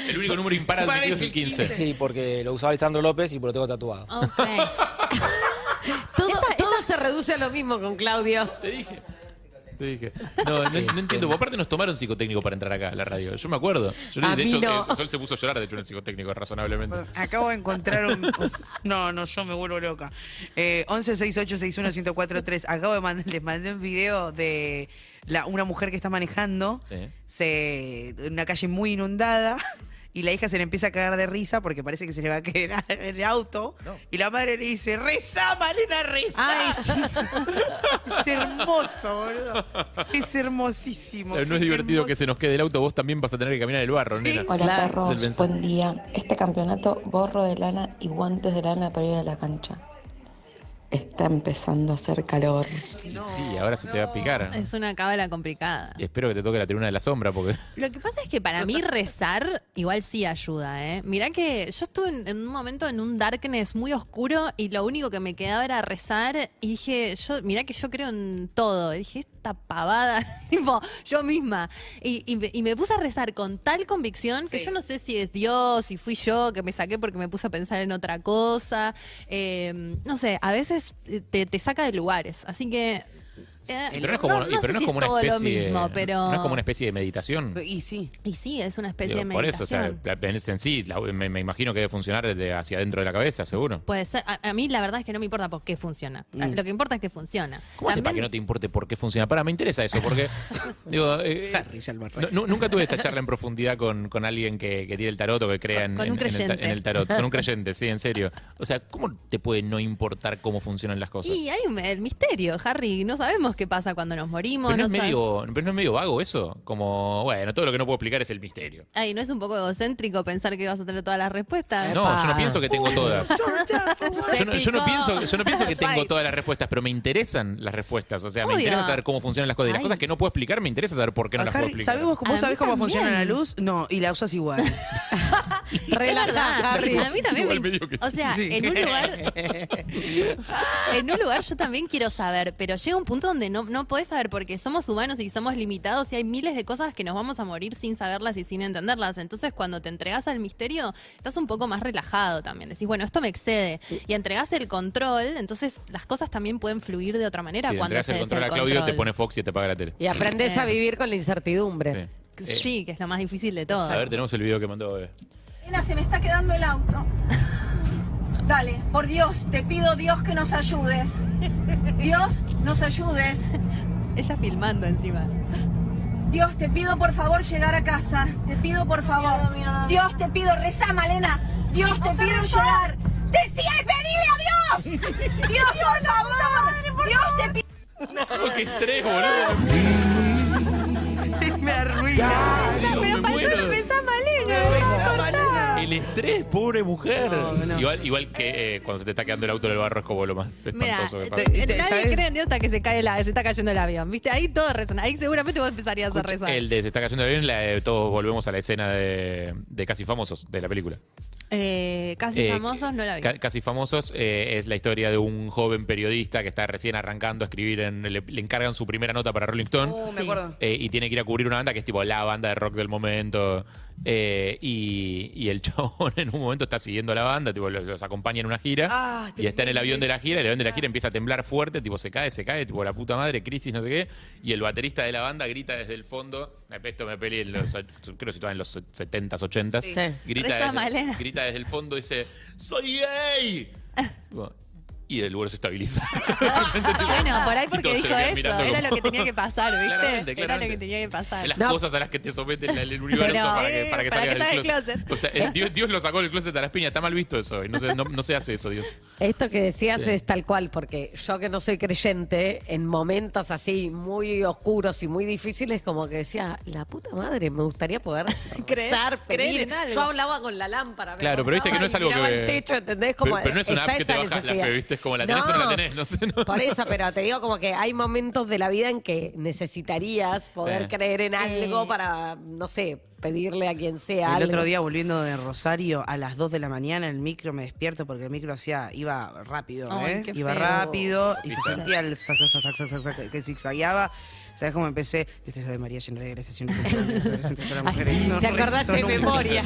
[SPEAKER 6] El único número impar admitido es el 15.
[SPEAKER 4] Sí, porque lo usaba Alessandro López y por lo tengo tatuado.
[SPEAKER 10] Todo, todo se reduce a lo mismo con Claudio.
[SPEAKER 6] Te dije. Te dije. No, no, no entiendo. Aparte nos tomaron psicotécnico para entrar acá a la radio. Yo me acuerdo. Yo,
[SPEAKER 7] A
[SPEAKER 6] de
[SPEAKER 7] mí
[SPEAKER 6] hecho,
[SPEAKER 7] no.
[SPEAKER 6] eh, Sol se puso a llorar, de hecho, en el psicotécnico, razonablemente.
[SPEAKER 7] Acabo de encontrar un. un- No, no, yo me vuelvo loca. Eh, 1168611043. Acabo de mandar, les mandé un video de la, una mujer que está manejando.
[SPEAKER 6] Sí.
[SPEAKER 7] Se, una calle muy inundada. Y la hija se le empieza a cagar de risa porque parece que se le va a quedar el auto. Y la madre le dice, reza, Malena, reza. es hermoso, boludo. Es hermosísimo.
[SPEAKER 6] No es divertido que se nos quede el auto, vos también vas a tener que caminar el barro, nena.
[SPEAKER 13] Hola
[SPEAKER 6] Es
[SPEAKER 13] perros,
[SPEAKER 6] el mensaje.
[SPEAKER 13] buen día. Este campeonato, gorro de lana y guantes de lana para ir a la cancha. Está empezando a hacer calor.
[SPEAKER 6] Sí, ahora se te va a picar.
[SPEAKER 8] Es una cábala complicada.
[SPEAKER 6] Y espero que te toque la tribuna de la sombra, porque.
[SPEAKER 8] Lo que pasa es que para mí rezar igual sí ayuda, ¿eh? Mirá que yo estuve en, en un momento en un darkness muy oscuro y lo único que me quedaba era rezar y dije, yo, mirá que yo creo en todo. Y dije, esta pavada, tipo, yo misma. Y, y me- y me puse a rezar con tal convicción que yo no sé si es Dios, si fui yo que me saqué porque me puse a pensar en otra cosa. Eh, no sé, a veces eh, te, te saca de lugares. Así que... eh,
[SPEAKER 6] Pero no es como,
[SPEAKER 8] no-
[SPEAKER 6] y pero
[SPEAKER 8] no sé
[SPEAKER 6] no es
[SPEAKER 8] si
[SPEAKER 6] como
[SPEAKER 8] es
[SPEAKER 6] una
[SPEAKER 8] todo lo
[SPEAKER 6] especie. de-
[SPEAKER 8] mismo, pero...
[SPEAKER 6] No es como una especie de meditación.
[SPEAKER 7] Y sí.
[SPEAKER 8] Y sí, es una especie
[SPEAKER 6] Digo,
[SPEAKER 8] de
[SPEAKER 6] por eso,
[SPEAKER 8] meditación.
[SPEAKER 6] o sea, la- en, en sí, la- me, me imagino que debe funcionar desde hacia adentro de la cabeza, seguro.
[SPEAKER 8] Puede ser. A, a mí la verdad es que no me importa por qué funciona.
[SPEAKER 6] Mm.
[SPEAKER 8] Lo que importa es que funciona.
[SPEAKER 6] ¿Cómo haces para que no te importe por qué funciona? Para, me interesa eso, porque. digo, eh, no- no- nunca tuve esta charla en profundidad con, con alguien que, que tiene el tarot o que crea en,
[SPEAKER 8] con un
[SPEAKER 6] en- en el ta-
[SPEAKER 8] creyente.
[SPEAKER 6] en el tarot. Con un creyente, sí, en serio. O sea, ¿cómo te puede no importar cómo funcionan las cosas?
[SPEAKER 8] Y hay un, el misterio, Harry. No sabemos qué pasa cuando nos morimos.
[SPEAKER 6] Pero no, es
[SPEAKER 8] sabe-
[SPEAKER 6] medio, pero no es medio vago eso. Como, bueno, todo lo que no puedo explicar es el misterio.
[SPEAKER 8] Ay, ¿no es un poco egocéntrico pensar que vas a tener todas las respuestas?
[SPEAKER 6] No, yo no pienso que tengo todas.
[SPEAKER 8] Se
[SPEAKER 6] Yo no, yo no
[SPEAKER 8] picó.
[SPEAKER 6] pienso, yo no pienso que tengo
[SPEAKER 8] Fight.
[SPEAKER 6] todas las respuestas, pero me interesan las respuestas. O sea, me
[SPEAKER 7] Obvio.
[SPEAKER 6] interesa saber cómo funcionan las cosas. Y las
[SPEAKER 7] Ay.
[SPEAKER 6] cosas que no puedo explicar, me interesa saber por qué no las puedo
[SPEAKER 7] Harry,
[SPEAKER 6] explicar.
[SPEAKER 7] ¿sabemos,
[SPEAKER 8] A
[SPEAKER 7] ¿Vos
[SPEAKER 8] mí
[SPEAKER 7] sabés cómo
[SPEAKER 8] también.
[SPEAKER 7] funciona la luz? No, y la usas igual.
[SPEAKER 8] Es verdad. A mí también
[SPEAKER 7] Igual
[SPEAKER 8] me...
[SPEAKER 7] medio que
[SPEAKER 8] O
[SPEAKER 7] sí.
[SPEAKER 8] sea,
[SPEAKER 7] Sí.
[SPEAKER 8] en un lugar... En un lugar yo también quiero saber, pero llega un punto donde no, no podés saber porque somos humanos y somos limitados y hay miles de cosas que nos vamos a morir sin saberlas y sin entenderlas. Entonces cuando te entregas al misterio, estás un poco más relajado también. Decís, bueno, esto me excede. Y entregás el control, entonces las cosas también pueden fluir de otra manera
[SPEAKER 6] Si le
[SPEAKER 8] cuando
[SPEAKER 6] entregas el
[SPEAKER 8] cedes
[SPEAKER 6] control a Claudio, te pone Fox y te paga la tele. Eh,
[SPEAKER 10] Y aprendes a vivir con la incertidumbre.
[SPEAKER 8] Sí. que es lo más difícil de todo.
[SPEAKER 6] A ver, tenemos el video que mandó. eh. Bebe.
[SPEAKER 15] Nena, se me está quedando el auto. Dale, por Dios, te pido Dios que nos ayudes. Dios, nos ayudes.
[SPEAKER 8] Ella filmando encima.
[SPEAKER 15] Dios, te pido por favor llegar a casa. Te pido por favor. Dios, te pido, reza, Malena. Dios, te pido llegar. Decía y pedile a Dios. Dios, por favor. Dios, te pido.
[SPEAKER 6] Oh, ¡Qué estrés, boludo!
[SPEAKER 7] Me arruina.
[SPEAKER 8] Pero faltó
[SPEAKER 6] muero.
[SPEAKER 8] el besá, Malena.
[SPEAKER 7] Besá, Malena.
[SPEAKER 6] El estrés, pobre mujer. Igual, igual que eh, cuando se te está quedando el auto en el barro es como lo más
[SPEAKER 8] Mira,
[SPEAKER 6] espantoso que pasa.
[SPEAKER 8] te- nadie cree en Dios hasta que se cae la, se está cayendo el avión. ¿Viste? Ahí todo rezan. Ahí seguramente vos empezarías a rezar.
[SPEAKER 6] El de se está cayendo el avión, la de- todos volvemos a la escena de, de Casi Famosos, de la película.
[SPEAKER 8] Eh, casi
[SPEAKER 6] Eh,
[SPEAKER 8] famosos no la vi.
[SPEAKER 6] Ca- Casi famosos eh, es la historia de un joven periodista que está recién arrancando a escribir, en, le, le encargan
[SPEAKER 8] Uh, Oh,
[SPEAKER 6] su primera nota para Rolling Stone
[SPEAKER 7] me acuerdo.
[SPEAKER 6] Eh, y tiene que ir a cubrir una banda que es tipo la banda de rock del momento Eh, y, y el chabón en un momento está siguiendo a la banda, tipo, los, los acompaña en una gira
[SPEAKER 7] Ah,
[SPEAKER 6] y está en el avión de la gira, y el avión de la gira empieza a temblar fuerte, tipo se cae, se cae, tipo la puta madre, crisis, no sé qué, y el baterista de la banda grita desde el fondo, esto me peleé en los, creo que estaba en los 70s, 80s,
[SPEAKER 8] Sí.
[SPEAKER 6] grita,
[SPEAKER 8] Reza
[SPEAKER 6] desde,
[SPEAKER 8] Malena.
[SPEAKER 6] grita desde el fondo, dice, soy gay. Tipo, Y el vuelo se estabiliza.
[SPEAKER 8] Bueno, por ahí
[SPEAKER 6] Y
[SPEAKER 8] porque
[SPEAKER 6] todos se
[SPEAKER 8] dijo
[SPEAKER 6] lo quedan
[SPEAKER 8] eso.
[SPEAKER 6] mirando
[SPEAKER 8] Era
[SPEAKER 6] como-
[SPEAKER 8] lo que tenía que pasar, ¿viste?
[SPEAKER 6] Claramente,
[SPEAKER 8] Era lo
[SPEAKER 6] claramente.
[SPEAKER 8] que tenía que pasar.
[SPEAKER 6] de las
[SPEAKER 8] No,
[SPEAKER 6] cosas a las que te someten el, el universo
[SPEAKER 8] Pero,
[SPEAKER 6] para
[SPEAKER 8] eh,
[SPEAKER 6] que, para que
[SPEAKER 8] para que
[SPEAKER 6] salgas del
[SPEAKER 8] salga del
[SPEAKER 6] closet.
[SPEAKER 8] closet.
[SPEAKER 6] O sea, el Dios, Dios lo sacó del closet a las piñas, está mal visto eso. y No se, no, no se hace eso, Dios.
[SPEAKER 10] Esto que decías
[SPEAKER 6] Sí.
[SPEAKER 10] es tal cual, porque yo que no soy creyente, en momentos así muy oscuros y muy difíciles, como que decía, la puta madre, me gustaría poder rezar,
[SPEAKER 8] creer
[SPEAKER 10] pedir.
[SPEAKER 8] en algo.
[SPEAKER 10] Yo hablaba con la lámpara. me
[SPEAKER 6] Claro, pero viste que no es
[SPEAKER 10] acostaba
[SPEAKER 6] algo
[SPEAKER 10] y miraba
[SPEAKER 6] que.
[SPEAKER 10] al techo, ¿entendés?
[SPEAKER 6] Pero-
[SPEAKER 10] Como,
[SPEAKER 6] pero, no es una
[SPEAKER 10] está
[SPEAKER 6] app que te
[SPEAKER 10] esa
[SPEAKER 6] bajas la
[SPEAKER 10] necesidad.
[SPEAKER 6] fe, ¿viste? Es como la tenés o no la tenés, no sé. ¿no?
[SPEAKER 10] Por eso, pero te digo como que hay momentos de la vida en que necesitarías poder
[SPEAKER 7] Sí.
[SPEAKER 10] creer en algo para, no sé, pedirle a quien sea
[SPEAKER 7] El
[SPEAKER 10] algo.
[SPEAKER 7] otro día volviendo de Rosario a las 2 de la mañana el micro me despierto porque el micro hacía iba rápido,
[SPEAKER 10] Ay,
[SPEAKER 7] ¿eh?
[SPEAKER 10] qué
[SPEAKER 7] iba
[SPEAKER 10] feo.
[SPEAKER 7] rápido y se
[SPEAKER 10] Pista.
[SPEAKER 7] sentía el sac, sac, sac, sac, sac, sac, que zigzagueaba. ¿Sabes cómo empecé? Dios te salve María, llena de gracia, Señor es contigo, bendita eres entre todas las mujeres.
[SPEAKER 10] Ay,
[SPEAKER 7] No
[SPEAKER 10] te acordaste de
[SPEAKER 7] resonó un-
[SPEAKER 10] memoria.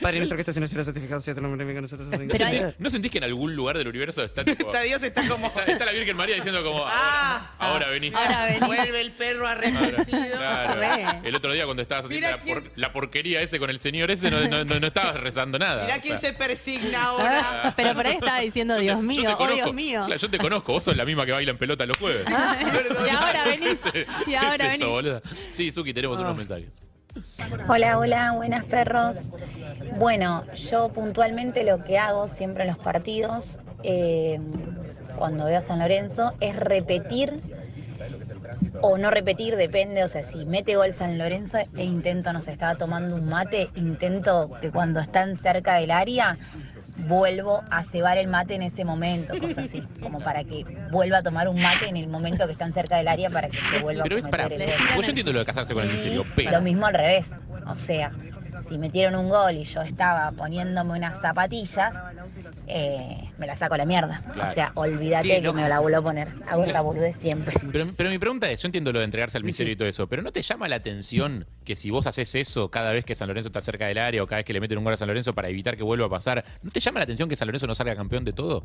[SPEAKER 7] Padre nuestro que estás en el cielo, santificado sea tu nombre, venga a nosotros. tu reino.
[SPEAKER 6] ¿No sentís- ¿No sentís que en algún lugar del universo está tipo.
[SPEAKER 7] Está Ah. Dios está como
[SPEAKER 6] está, está la Virgen María diciendo como. Ahora, ahora venís.
[SPEAKER 8] Ahora venís.
[SPEAKER 7] vuelve el perro a
[SPEAKER 6] Claro.
[SPEAKER 8] Re.
[SPEAKER 6] El otro día cuando estabas haciendo
[SPEAKER 7] Mirá
[SPEAKER 6] la, por- la porquería ese con el señor ese, no, no, no- no estabas rezando nada.
[SPEAKER 7] Mirá
[SPEAKER 6] o
[SPEAKER 7] quién
[SPEAKER 6] sea.
[SPEAKER 7] se persigna ahora.
[SPEAKER 6] Ah.
[SPEAKER 8] Pero por ahí estaba diciendo, Dios
[SPEAKER 6] Yo
[SPEAKER 8] mío,
[SPEAKER 6] te
[SPEAKER 8] oh
[SPEAKER 6] conozco.
[SPEAKER 8] Dios mío.
[SPEAKER 6] Claro, yo te conozco, vos sos la misma que baila en pelota los jueves.
[SPEAKER 8] y ahora venís.
[SPEAKER 6] ¿Qué
[SPEAKER 8] Y ahora
[SPEAKER 6] es eso,
[SPEAKER 8] venís.
[SPEAKER 6] boluda? Sí, Suki, tenemos unos mensajes.
[SPEAKER 5] Hola, hola, buenas perros. Bueno, yo puntualmente lo que hago siempre en los partidos, eh, cuando veo a San Lorenzo, es repetir o no repetir, depende. O sea, si mete gol San Lorenzo e intento, no sé, estaba tomando un mate, intento que cuando están cerca del área, vuelvo a cebar el mate en ese momento, cosas así, como para que vuelva a tomar un mate en el momento que están cerca del área para que se vuelva
[SPEAKER 6] Pero
[SPEAKER 5] a
[SPEAKER 6] es para.
[SPEAKER 5] cometer el gol.
[SPEAKER 6] Pues yo entiendo lo de casarse con el misterio,
[SPEAKER 5] Lo
[SPEAKER 6] pero.
[SPEAKER 5] mismo al revés. O sea, si metieron un gol y yo estaba poniéndome unas zapatillas, eh, me la saco a la mierda.
[SPEAKER 6] Claro.
[SPEAKER 5] O sea, olvídate
[SPEAKER 6] Sí,
[SPEAKER 5] que me la vuelvo a poner. Hago esa boludez siempre.
[SPEAKER 6] Pero, pero mi pregunta es, yo entiendo lo de entregarse al misterio y todo eso, pero ¿no te llama la atención que si vos haces eso cada vez que San Lorenzo está cerca del área o cada vez que le meten un gol a San Lorenzo para evitar que vuelva a pasar, ¿no te llama la atención que San Lorenzo no salga campeón de todo?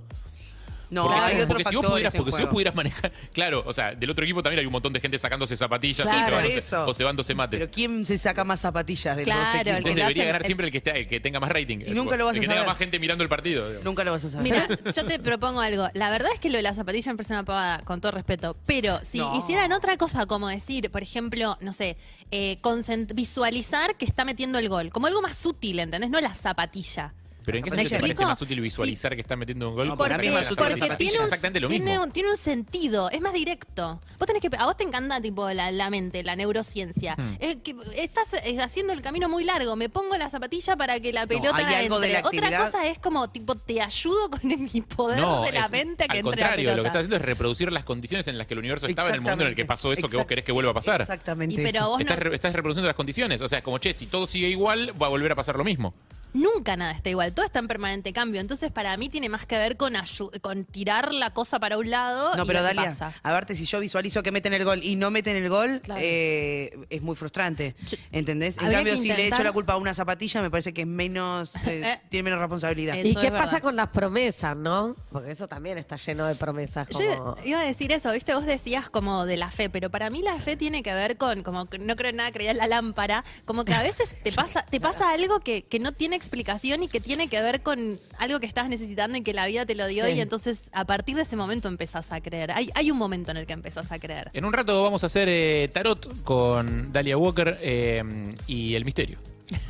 [SPEAKER 7] No,
[SPEAKER 6] porque, si-
[SPEAKER 7] hay otros
[SPEAKER 6] porque si vos
[SPEAKER 7] factores
[SPEAKER 6] pudieras,
[SPEAKER 7] en
[SPEAKER 6] porque si vos
[SPEAKER 7] juego.
[SPEAKER 6] pudieras manejar, claro, o sea, del otro equipo también hay un montón de gente sacándose zapatillas
[SPEAKER 7] Claro,
[SPEAKER 6] o,
[SPEAKER 7] por
[SPEAKER 6] cebándose,
[SPEAKER 7] eso.
[SPEAKER 6] o cebándose mates.
[SPEAKER 7] Pero ¿quién se saca más zapatillas de los
[SPEAKER 8] Claro,
[SPEAKER 7] dos equipos?
[SPEAKER 8] el que lo
[SPEAKER 6] debería
[SPEAKER 8] hacen-
[SPEAKER 6] ganar
[SPEAKER 8] el-
[SPEAKER 6] siempre el que, esté- el que tenga más rating.
[SPEAKER 7] Y nunca lo vas
[SPEAKER 6] el
[SPEAKER 7] a
[SPEAKER 6] que tenga
[SPEAKER 7] saber.
[SPEAKER 6] más gente mirando el partido. digamos.
[SPEAKER 7] Nunca lo vas a saber.
[SPEAKER 8] Mira, yo te propongo algo. La verdad es que lo de la zapatilla me parece una pavada, con todo respeto. Pero si
[SPEAKER 7] No.
[SPEAKER 8] hicieran otra cosa, como decir, por ejemplo, no sé, eh, concent- visualizar que está metiendo el gol, como algo más útil, ¿entendés? No la zapatilla.
[SPEAKER 6] Pero ¿en qué
[SPEAKER 8] ¿Me
[SPEAKER 6] sentido te parece
[SPEAKER 8] explico?
[SPEAKER 6] más útil visualizar que está metiendo un gol?
[SPEAKER 7] No, porque
[SPEAKER 6] que
[SPEAKER 7] a mí me
[SPEAKER 6] sacar
[SPEAKER 7] resulta
[SPEAKER 6] las
[SPEAKER 7] que
[SPEAKER 6] zapatillas?
[SPEAKER 8] Tiene
[SPEAKER 6] Es
[SPEAKER 8] un,
[SPEAKER 6] exactamente lo
[SPEAKER 8] tiene
[SPEAKER 6] mismo.
[SPEAKER 8] un- tiene un sentido, es más directo. Vos tenés que, a vos te encanta tipo la, la mente, la neurociencia.
[SPEAKER 6] Hmm.
[SPEAKER 8] Es que estás eh, haciendo el camino muy largo, me pongo la zapatilla para que la pelota
[SPEAKER 7] hay algo de
[SPEAKER 8] entre.
[SPEAKER 7] la
[SPEAKER 8] Otra
[SPEAKER 7] actividad-
[SPEAKER 8] cosa es como tipo te ayudo con mi poder de la
[SPEAKER 6] es-
[SPEAKER 8] mente a que
[SPEAKER 6] al
[SPEAKER 8] entre
[SPEAKER 6] contrario,
[SPEAKER 8] la
[SPEAKER 6] lo que está
[SPEAKER 8] pelota.
[SPEAKER 6] haciendo es reproducir las condiciones en las que el universo estaba en el momento en el que pasó eso que vos
[SPEAKER 7] Exactamente.
[SPEAKER 6] querés que vuelva a pasar.
[SPEAKER 7] Exactamente.
[SPEAKER 8] Y pero
[SPEAKER 7] eso.
[SPEAKER 8] vos no-
[SPEAKER 6] Estás, re- estás reproduciendo las condiciones. O sea, es como, che, si todo sigue igual, va a volver a pasar lo mismo.
[SPEAKER 8] Nunca nada está igual, todo está en permanente cambio. Entonces, para mí tiene más que ver con, ayu- con tirar la cosa para un lado
[SPEAKER 7] No,
[SPEAKER 8] y
[SPEAKER 7] pero
[SPEAKER 8] ver qué
[SPEAKER 7] Dalia,
[SPEAKER 8] pasa.
[SPEAKER 7] a verte, si yo visualizo que meten el gol y no meten el gol,
[SPEAKER 8] Claro.
[SPEAKER 7] eh, es muy frustrante. ¿Entendés? En
[SPEAKER 8] habría
[SPEAKER 7] cambio,
[SPEAKER 8] que
[SPEAKER 7] si le
[SPEAKER 8] intentar-
[SPEAKER 7] echo la culpa a una zapatilla, me parece que es menos. eh,
[SPEAKER 8] Eh.
[SPEAKER 7] tiene menos responsabilidad.
[SPEAKER 10] ¿Y qué pasa con las promesas, no? Porque eso también está lleno de promesas. Como...
[SPEAKER 8] Yo iba a decir eso, viste, vos decías como de la fe, pero para mí la fe tiene que ver con, como que no creo en nada, creía en la lámpara, como que a veces te pasa, te pasa algo que, que no tiene explicación y que tiene que ver con algo que estás necesitando y que la vida te lo dio
[SPEAKER 10] Sí.
[SPEAKER 8] y entonces a partir de ese momento empezás a creer. Hay, hay un momento en el que empezás a creer.
[SPEAKER 6] En un rato vamos a hacer eh, tarot con Dalia Walker eh, y el misterio.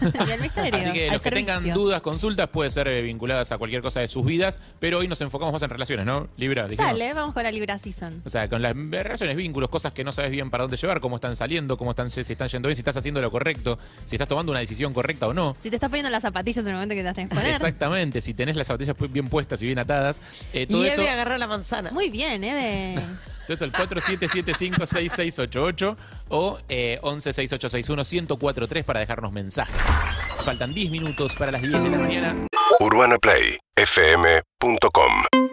[SPEAKER 8] Y el misterio,
[SPEAKER 6] Así que
[SPEAKER 8] al
[SPEAKER 6] los que tengan
[SPEAKER 8] servicio.
[SPEAKER 6] dudas, consultas, puede ser eh, vinculadas a cualquier cosa de sus vidas. Pero hoy nos enfocamos más en relaciones, ¿no? Libra, dijimos.
[SPEAKER 8] Dale, vamos con la Libra Season.
[SPEAKER 6] O sea, con las relaciones, vínculos, cosas que no sabes bien para dónde llevar, cómo están saliendo, cómo están, si están yendo bien, si estás haciendo lo correcto, si estás tomando una decisión correcta o no.
[SPEAKER 8] Si te estás poniendo las zapatillas en el momento que te las tenés que poner.
[SPEAKER 6] Exactamente, si tenés las zapatillas pu- bien puestas y bien atadas. Eh, todo
[SPEAKER 10] y
[SPEAKER 6] eso,
[SPEAKER 10] Eve agarró la manzana.
[SPEAKER 8] Muy bien, Eve.
[SPEAKER 6] entonces al 47756688 o eh, 116861-1043 para dejarnos mensajes. Faltan 10 minutos para las 10 de la mañana.
[SPEAKER 16] UrbanaPlayFM.com